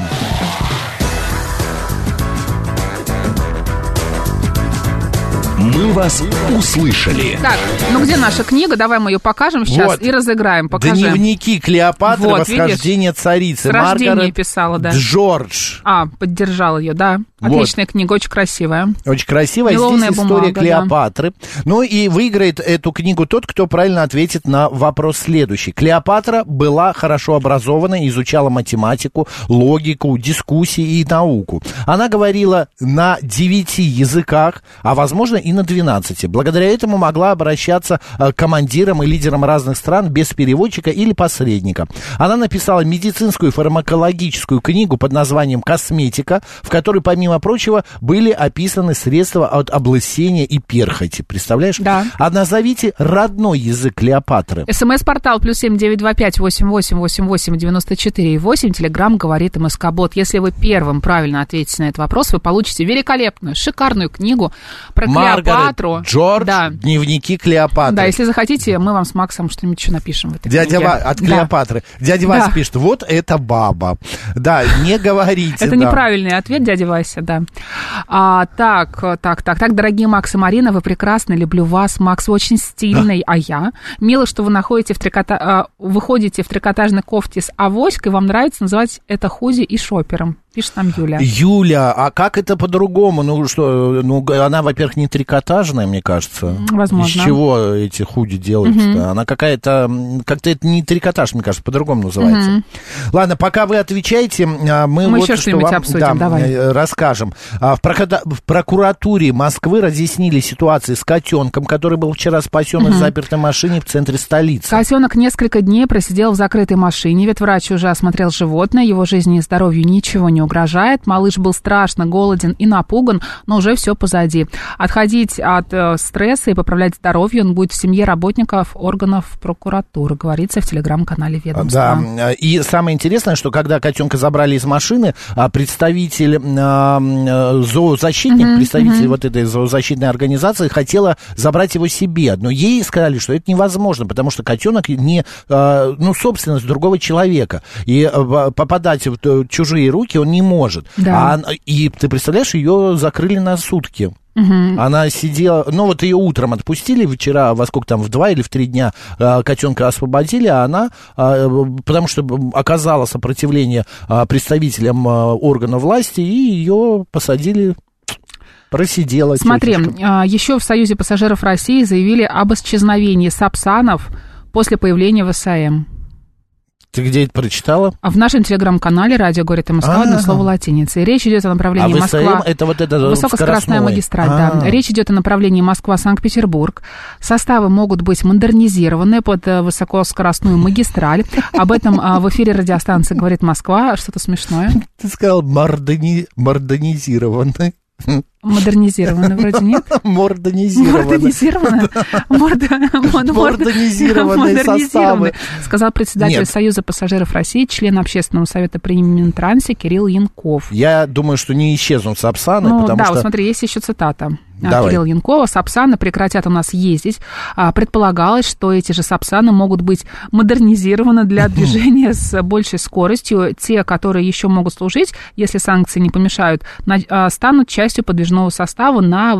S3: «Мы вас услышали».
S2: Так, ну где наша книга? Давай мы ее покажем сейчас
S1: Вот.
S2: и разыграем. Покажем.
S1: Дневники Клеопатры,
S2: Вот,
S1: восхождение царицы.
S2: С рождения
S1: Маргарет
S2: писала, да.
S1: Джордж.
S2: А, поддержал ее, да.
S1: Вот.
S2: Отличная книга, очень красивая.
S1: Очень красивая.
S2: Меловная
S1: Здесь история
S2: бумага, да.
S1: Клеопатры. Ну и выиграет эту книгу тот, кто правильно ответит на вопрос следующий. Клеопатра была хорошо образована, изучала математику, логику, дискуссии и науку. Она говорила на 9 языках, а возможно и на 12. Благодаря этому могла обращаться э, к командирам и лидерам разных стран без переводчика или посредника. Она написала медицинскую и фармакологическую книгу под названием «Косметика», в которой, помимо прочего, были описаны средства от облысения и перхоти. Представляешь?
S2: Да.
S1: А назовите родной язык Клеопатры.
S2: СМС-портал плюс семь девять два пять восемь восемь восемь восемь девяносто четыре и восемь. Телеграмм говорит МСК Бот. Если вы первым правильно ответите на этот вопрос, вы получите великолепную, шикарную книгу про
S1: Маргарет
S2: Клеопатру.
S1: Джордж,
S2: Да.
S1: дневники Клеопатры.
S2: Да, если захотите, мы вам с Максом что-нибудь еще напишем в этой
S1: Дядя
S2: книге.
S1: Ва- от
S2: Да.
S1: Клеопатры. Дядя Вася
S2: Да.
S1: пишет, вот это баба. Да, не говорите.
S2: Это
S1: да.
S2: неправильный ответ, дядя Вася, да. А, так, э, так, так, так, дорогие Макс и Марина, вы прекрасны, люблю вас. Макс вы очень стильный, а я? Мило, что вы находите в трикота... а, выходите в трикотажной кофте с авоськой, вам нравится называть это худи и шопером, пишет нам Юля.
S1: Юля, а как это по-другому? Ну что, ну г- она, во-первых, не трикотажная, мне кажется.
S2: возможно.
S1: Из чего эти худи делаются? Она какая-то, м, как-то это не трикотаж, мне кажется, по-другому называется. Ладно, пока вы отвечаете, а, мы,
S2: Мы
S1: вот
S2: еще
S1: что
S2: что-нибудь
S1: вам,
S2: обсудим,
S1: да,
S2: давай.
S1: э, расскажем. А, В, прокода- в прокуратуре Москвы разъяснили ситуацию с котенком, который был вчера спасен из запертой машины в центре столицы.
S2: Котенок несколько дней просидел в закрытой машине, ведь врач уже осмотрел животное, его жизни и здоровью ничего не угрожает. Малыш был страшно голоден и напуган, но уже все позади. Отходить от э, стресса и поправлять здоровье он будет в семье работников органов прокуратуры, говорится в телеграм-канале
S1: Да,
S2: ведомства.
S1: э, и самое интересное, что когда котенка забрали из машины, а, представитель м, а, м, э, зоозащитник, представитель вот этой зоозащитной организации хотела забрать его себе, но ей сказали, что это невозможно, потому что а, котенок не, э, ну, собственность другого человека, и э, в- попадать в э, чужие руки он не может.
S2: Да.
S1: А она- и ты представляешь, ее закрыли на сутки. Она сидела, ну вот ее утром отпустили, вчера во сколько там, в два или в три дня а, котенка освободили, а она, а, э, потому что м, оказала сопротивление а, представителям а, органа власти, и ее посадили, просидела.
S2: Смотри,
S1: тетушка.
S2: а, еще в Союзе пассажиров России заявили об исчезновении сапсанов после появления в САМ.
S1: Ты где это прочитала?
S2: А в нашем телеграм-канале «Радио говорит Москва» одно
S1: А.
S2: слово латиница. И речь идет о
S1: А
S2: направлении
S1: в САМ
S2: Москва...
S1: это вот это
S2: Высокоскоростная
S1: скоростной.
S2: магистраль, да.
S1: А.
S2: Речь идет о направлении Москва-Санкт-Петербург. Составы могут быть модернизированы под э, высокоскоростную магистраль. Об этом а, в эфире радиостанции «Говорит Москва». Что-то смешное.
S1: Ты сказал мордони... (laughs) мордонизированный.
S2: Модернизированы вроде нет.
S1: Мордонизированный.
S2: Модернизированы?
S1: Модернизированные составы.
S2: Сказал председатель
S1: Нет.
S2: Союза пассажиров России, член общественного совета при Минтрансе Кирилл Янков.
S1: Я думаю, что не исчезнут сапсаны,
S2: Ну
S1: потому
S2: да,
S1: что...
S2: вот смотри, есть еще цитата. А,
S1: Давай.
S2: Кирилла Янкова. Сапсаны прекратят у нас ездить. А, Предполагалось, что эти же сапсаны могут быть модернизированы
S1: (laughs)
S2: для движения с большей скоростью. Те, которые еще могут служить, если санкции не помешают, на- а, станут частью подвижного состава на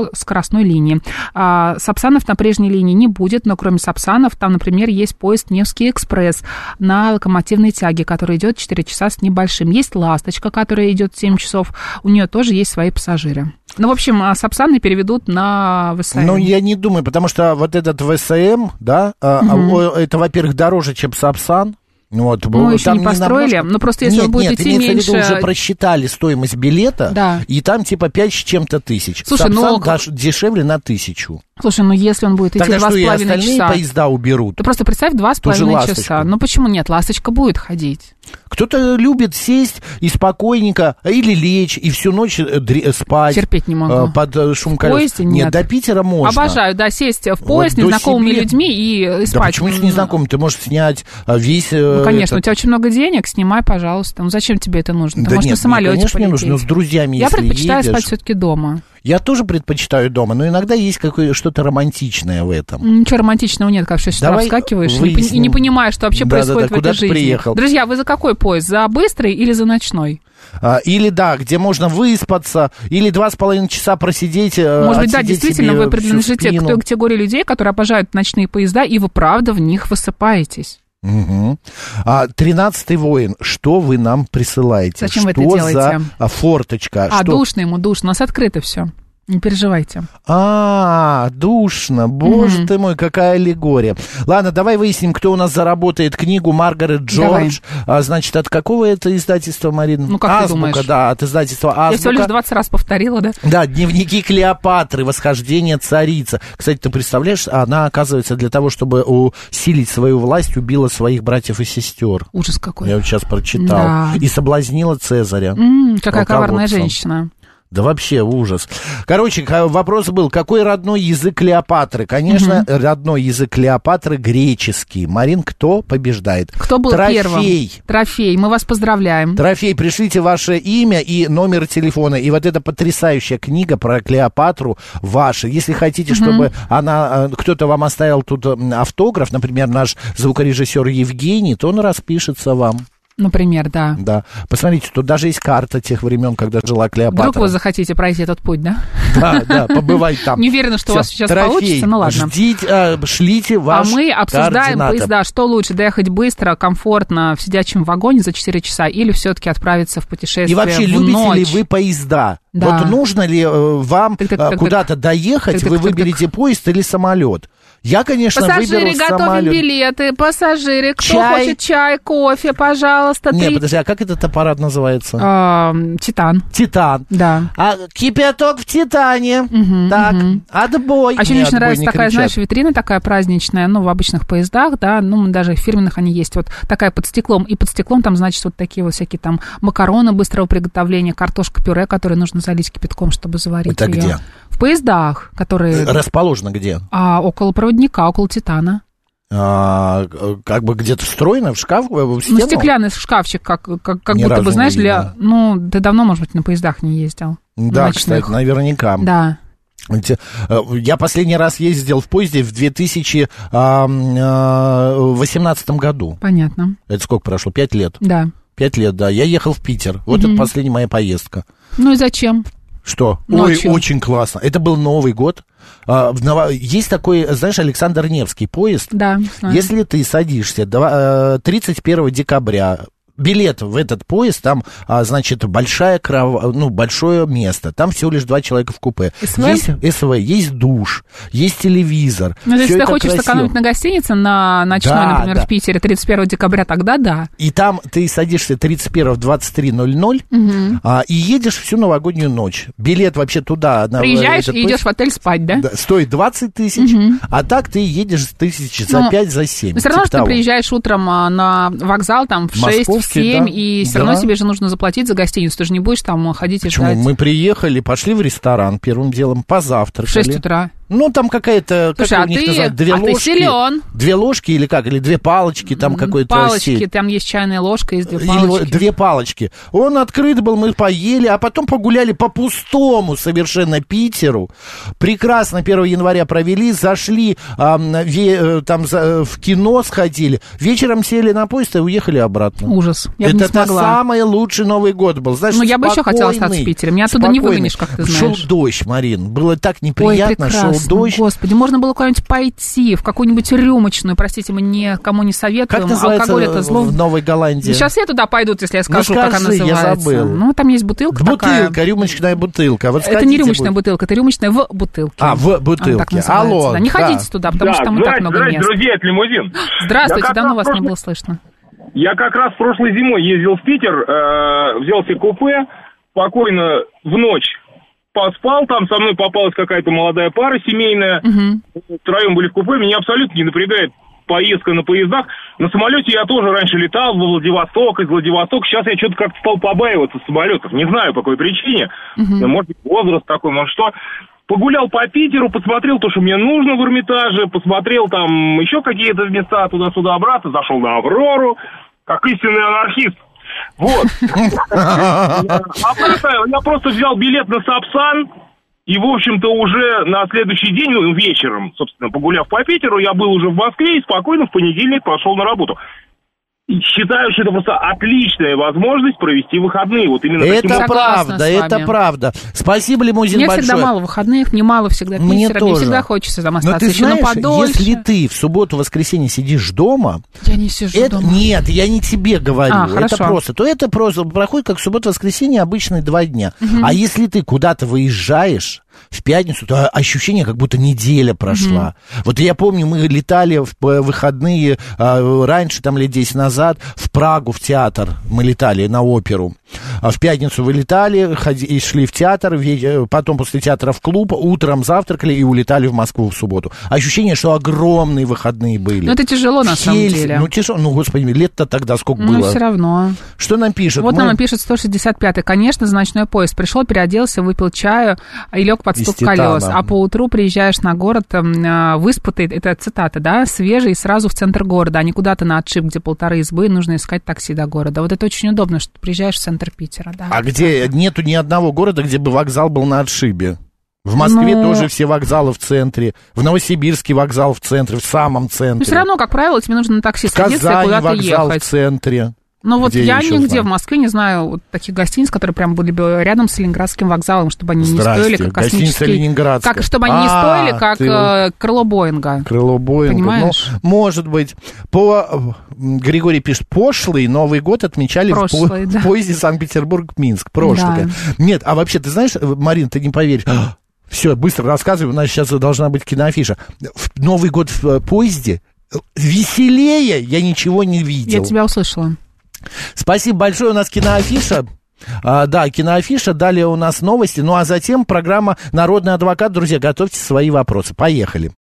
S2: высокоскоростной линии. А, Сапсанов на прежней линии не будет, но кроме сапсанов там, например, есть поезд Невский экспресс на локомотивной тяге, который идет 4 часа с небольшим. Есть ласточка, которая идет 7 часов. У нее тоже есть свои пассажиры. Ну, в общем, а, сапсаны переведут на ВСА.
S1: Ну, я не думаю, потому что вот этот ВСМ, да, а, а, о, это, во-первых, дороже, чем Сапсан. Вот,
S2: Ну, еще
S1: там
S2: не построили,
S1: намножко-
S2: но просто если
S1: нет,
S2: он будет
S1: нет,
S2: идти
S1: имеется в виду,
S2: меньше-
S1: уже просчитали стоимость билета,
S2: Да.
S1: и там типа 5 с чем-то тысяч.
S2: Слушай,
S1: Сапсан
S2: ну,
S1: даш- дешевле на тысячу.
S2: Слушай, ну если он будет идти
S1: Тогда
S2: два
S1: что
S2: с
S1: и
S2: половиной
S1: остальные
S2: часа...
S1: поезда уберут.
S2: Ты просто представь, два с
S1: Ту же
S2: половиной
S1: ласточку.
S2: часа. Ну почему нет? Ласточка будет ходить.
S1: Кто-то любит сесть и спокойненько, а или лечь, и всю ночь э, дре- спать.
S2: Терпеть не могу.
S1: э, Под э, шум колес.
S2: поезде нет.
S1: до Питера можно.
S2: Обожаю, да, сесть в
S1: Вот
S2: поезд с
S1: до
S2: незнакомыми
S1: Сибири.
S2: людьми и э,
S1: Да
S2: спать.
S1: почему с незнакомым? Ты можешь снять а, весь...
S2: Ну, конечно, у тебя очень много денег, снимай, пожалуйста. Ну, зачем тебе это нужно? Ты
S1: да
S2: можешь
S1: нет,
S2: на самолете
S1: мне, конечно, не нужно, но с
S2: полететь.
S1: друзьями,
S2: Я
S1: если
S2: предпочитаю
S1: едешь.
S2: спать все-таки дома.
S1: Я тоже предпочитаю дома, но иногда есть какое- что-то романтичное в этом.
S2: М, Ничего романтичного нет, как в 6 утра
S1: Давай
S2: вскакиваешь и не пон- и
S1: выясним.
S2: не понимаешь, что вообще
S1: Да-да-да,
S2: происходит в
S1: куда
S2: этой
S1: ты
S2: жизни.
S1: приехал?
S2: Друзья, вы за какой поезд? За быстрый или за ночной?
S1: А, Или да, где можно выспаться, или два с половиной часа просидеть. э,
S2: Может быть, да, действительно, вы принадлежите к той категории людей, которые обожают ночные поезда, и вы правда в них высыпаетесь.
S1: А, Тринадцатый воин, что вы нам присылаете?
S2: Зачем вы
S1: что
S2: это
S1: за
S2: делаете?
S1: а, форточка?
S2: А,
S1: что...
S2: душно ему, душно. У нас открыто все. Не переживайте.
S1: А, душно, боже ты мой, какая аллегория. Ладно, давай выясним, кто у нас заработает книгу Маргарет
S2: Давай.
S1: Джордж. А, значит, от какого это издательства, Марина?
S2: Ну, как ты
S1: Азбука,
S2: думаешь?
S1: да, от издательства Азбука.
S2: Я всего лишь 20 раз повторила, да?
S1: Да, дневники Клеопатры, восхождение царицы. Кстати, ты представляешь, она, оказывается, для того, чтобы усилить свою власть, убила своих братьев и сестер.
S2: Ужас какой.
S1: Я вот сейчас прочитал.
S2: Да.
S1: И соблазнила Цезаря.
S2: М, какая коварная
S1: Полководцем.
S2: женщина.
S1: Да вообще ужас. Короче, ка- вопрос был, какой родной язык Клеопатры? Конечно, родной язык Клеопатры греческий. Марин, кто побеждает?
S2: Кто был
S1: Трофей.
S2: первым? Трофей. Мы вас поздравляем.
S1: Трофей, пришлите ваше имя и номер телефона. И вот эта потрясающая книга про Клеопатру ваша. Если хотите, чтобы она, э, кто-то вам оставил тут э, м, автограф, например, наш звукорежиссер Евгений, то он распишется вам.
S2: Например, да.
S1: Да. Посмотрите, тут даже есть карта тех времен, когда жила Клеопатра.
S2: Вдруг вы захотите пройти этот путь, да?
S1: Да, да, побывай там.
S2: Не уверена, что у
S1: Всё,
S2: вас сейчас
S1: трофей.
S2: получится, ну ладно.
S1: Ждите, э, шлите
S2: А
S1: ваши
S2: мы обсуждаем
S1: координаты.
S2: поезда, что лучше, доехать быстро, комфортно в сидячем вагоне за 4 часа или все-таки отправиться в путешествие
S1: И вообще,
S2: в
S1: любите
S2: ночь.
S1: ли вы поезда?
S2: Да.
S1: Вот нужно ли э, вам
S2: Так, так,
S1: э,
S2: так, так.
S1: куда-то доехать,
S2: Так, так,
S1: вы
S2: так,
S1: выберете поезд или самолет? Я, конечно,
S2: Пассажиры,
S1: выберу
S2: готовим
S1: самолет.
S2: билеты, пассажиры, кто
S1: Чай.
S2: хочет чай, кофе, пожалуйста,
S1: Не,
S2: три...
S1: подожди, а как этот аппарат называется?
S2: Эм, Титан,
S1: Титан.
S2: да.
S1: А, кипяток в Титане. так, отбой.
S2: А еще
S1: Не,
S2: мне очень
S1: отбой
S2: нравится
S1: не
S2: такая,
S1: кричат.
S2: знаешь, витрина такая праздничная, ну, в обычных поездах, да, ну, даже в фирменных они есть, вот такая под стеклом, и под стеклом там, значит, вот такие вот всякие там макароны быстрого приготовления, картошка-пюре, которые нужно залить кипятком, чтобы заварить
S1: Это
S2: её.
S1: где?
S2: В поездах, которые
S1: Расположено где?
S2: а, около проводника, около титана.
S1: А, э, как бы где-то встроено в шкаф, э, в
S2: Ну,
S1: стену?
S2: стеклянный шкафчик, как, как, как
S1: Ни
S2: будто
S1: разу
S2: бы,
S1: не
S2: знаешь, для...
S1: видела.
S2: Ну, ты давно, может быть, на поездах не ездил.
S1: Да,
S2: Ночных.
S1: кстати, наверняка.
S2: Да.
S1: Те- э, Я последний раз ездил в поезде в 2018 году.
S2: Понятно.
S1: э, Это сколько прошло? Пять лет.
S2: Да.
S1: Пять лет, да. Я ехал в Питер. Вот это последняя моя поездка.
S2: Ну и зачем?
S1: Что?
S2: Ночью.
S1: Ой, очень классно. Это был Новый год. А, в Ново- Есть такой, знаешь, Александр Невский поезд.
S2: Да, знаю.
S1: Если ты садишься два- э, 31 декабря, билет в этот поезд, там, а, значит, большая кров... ну, большое место, там всего лишь два человека в купе.
S2: СВ?
S1: Есть СВ, есть душ, есть телевизор.
S2: Ну, то есть
S1: Всё
S2: ты
S1: это
S2: хочешь
S1: красиво.
S2: сэкономить на гостинице на ночной,
S1: Да,
S2: например,
S1: да.
S2: в Питере 31 декабря, тогда да.
S1: И там ты садишься 31 в 23.00 а, и едешь всю новогоднюю ночь. Билет вообще туда... на э,
S2: Приезжаешь
S1: этот
S2: и
S1: поезд-
S2: идешь в отель спать, да?
S1: Да, стоит 20 тысяч, а так ты едешь тысяч за
S2: Ну,
S1: 5, за типа 7.
S2: Но все равно, что ты приезжаешь утром а, на вокзал, там, в 6, в
S1: Московский,
S2: 7,
S1: да.
S2: и все равно
S1: Да.
S2: тебе же нужно заплатить за гостиницу. Ты же не будешь там а, ходить и
S1: Почему?
S2: ждать
S1: Мы приехали, пошли в ресторан первым делом,
S2: в 6
S1: позавтракали.
S2: утра.
S1: Ну, там какая-то, как
S2: Слушай, а
S1: у них
S2: ты-
S1: называют, две
S2: а ты
S1: ложки.
S2: силен.
S1: Две ложки или как, или две палочки, там какой-то
S2: Палочки,
S1: сеть.
S2: там есть чайная ложка, есть две
S1: Или
S2: палочки.
S1: вот две палочки. Он открыт был, мы поели, а потом погуляли по пустому совершенно Питеру. Прекрасно 1 января провели, зашли а, м, ве- э, там за- э, в кино сходили. Вечером сели на поезд и уехали обратно.
S2: Ужас. Я бы
S1: это
S2: не смогла.
S1: самый лучший Новый год был. Знаешь,
S2: Ну, я бы еще
S1: спокойный,
S2: хотела остаться в Питере. Меня оттуда не
S1: спокойный.
S2: выгонишь, как ты знаешь.
S1: Шел дождь, Марин. Было так
S2: Ой,
S1: неприятно,
S2: прекрасно.
S1: шел дождь.
S2: Господи, можно было куда-нибудь пойти, в какую-нибудь рюмочную, простите, мы никому не советуем.
S1: Как называется
S2: Алкоголь это зло.
S1: в Новой Голландии?
S2: Сейчас все туда пойдут, если я скажу, как она
S1: Ну, скажи, я
S2: называется.
S1: забыл.
S2: Ну, там есть бутылка, такая.
S1: Бутылка, рюмочная бутылка. Вот
S2: это не
S1: сходите,
S2: рюмочная
S1: будет.
S2: бутылка, это рюмочная в бутылке.
S1: А, в
S2: Она так
S1: бутылке.
S2: называется,
S1: Алло.
S2: да. Не
S1: да.
S2: ходите туда, потому что там и так много мест.
S4: друзья, это лимузин.
S2: Здравствуйте,
S4: Я как
S2: давно
S4: раз
S2: вас не
S4: прошлый-
S2: было слышно.
S4: Я как раз прошлой зимой ездил в Питер, э, взял себе купе, спокойно в ночь поспал, там со мной попалась какая-то молодая пара семейная, втроем были в купе, меня абсолютно не напрягает поездка на поездах. На самолете я тоже раньше летал, в Владивосток, из Владивостока. Сейчас я что-то как-то стал побаиваться самолетов. Не знаю, по какой причине. Может быть, возраст такой, может что. Погулял по Питеру, посмотрел то, что мне нужно в Эрмитаже, посмотрел там еще какие-то места туда-сюда обратно, зашел на Аврору, как истинный анархист. Вот. А просто, я просто взял билет на Сапсан, и, в общем-то, уже на следующий день, ну, вечером, собственно, погуляв по Питеру, я был уже в Москве и спокойно в понедельник пошел на работу. И считаю, что это просто отличная возможность провести выходные. Вот именно таким
S1: Это
S2: Согласна с
S1: правда,
S2: вами.
S1: это правда. Спасибо, лимузин
S2: Мне
S1: большое.
S2: всегда мало выходных, мне мало всегда Питера,
S1: Мне
S2: мне,
S1: тоже.
S2: всегда хочется там
S1: Но
S2: остаться
S1: ты
S2: еще на
S1: знаешь,
S2: подольше.
S1: если ты в субботу-воскресенье сидишь дома,
S2: Я не сижу
S1: это,
S2: дома.
S1: нет, я не тебе говорю,
S2: А,
S1: это
S2: хорошо.
S1: просто, то это просто проходит как суббота-воскресенье обычные два дня. А если ты куда-то выезжаешь в пятницу, то ощущение, как будто неделя прошла. Вот я помню, мы летали в п- выходные а, раньше, там лет 10 назад, в Прагу в театр мы летали на оперу. А в пятницу вылетали, ходи- и шли в театр, ве- э, потом после театра в клуб, утром завтракали и улетали в Москву в субботу. Ощущение, что огромные выходные были.
S2: Ну, это тяжело, на самом
S1: Хельси-
S2: деле.
S1: Ну, тяжело. Ну, господи, лет-то тогда сколько
S2: Ну,
S1: было?
S2: все равно.
S1: Что нам пишут?
S2: Вот
S1: Мы-
S2: нам и пишет 165-й. Конечно, за ночной поезд. Пришел, переоделся, выпил чаю и лег под
S1: Из
S2: стук
S1: «Титана».
S2: колес. А поутру приезжаешь на город эм, э, выспатый, это цитата, да, свежий и сразу в центр города, а не куда-то на отшиб, где полторы избы, нужно искать такси до города. Вот это очень удобно, что ты приезжаешь в центр Питера, да.
S1: А где нету ни одного города, где бы вокзал был на отшибе? В Москве
S2: Ну-
S1: тоже все вокзалы в центре. В Новосибирске вокзал в центре, в самом
S2: Но
S1: центре.
S2: все Ну, равно, как правило, тебе нужно на такси
S1: в
S2: садиться и
S1: Казани
S2: куда-то
S1: вокзал
S2: ехать.
S1: в центре.
S2: Но вот
S1: Где я
S2: я
S1: еще
S2: нигде
S1: знаю?
S2: в Москве не знаю вот таких гостиниц, которые прям были бы рядом с Ленинградским вокзалом, чтобы они не
S1: Здрасте,
S2: стоили как
S1: гостиница
S2: космические...
S1: Ленинградская.
S2: Как, чтобы они не
S1: А,
S2: стоили, как
S1: ты-
S2: э, крыло Боинга.
S1: Крыло Боинга.
S2: Понимаешь?
S1: Ну, может быть. По... м, Григорий пишет, пошлый Новый год отмечали в по-
S2: Прошлый,
S1: в,
S2: да.
S1: поезде Санкт-Петербург-Минск. Прошлый.
S2: Да.
S1: Нет, а вообще, ты знаешь, э, Марин, ты не поверишь. Все, быстро рассказывай, у нас сейчас должна быть киноафиша. В Новый год в э, поезде э, веселее я ничего не видел.
S2: Я тебя услышала.
S1: Спасибо большое, у нас киноафиша. А, да, киноафиша, далее у нас новости, ну а затем программа «Народный адвокат». Друзья, готовьте свои вопросы. Поехали.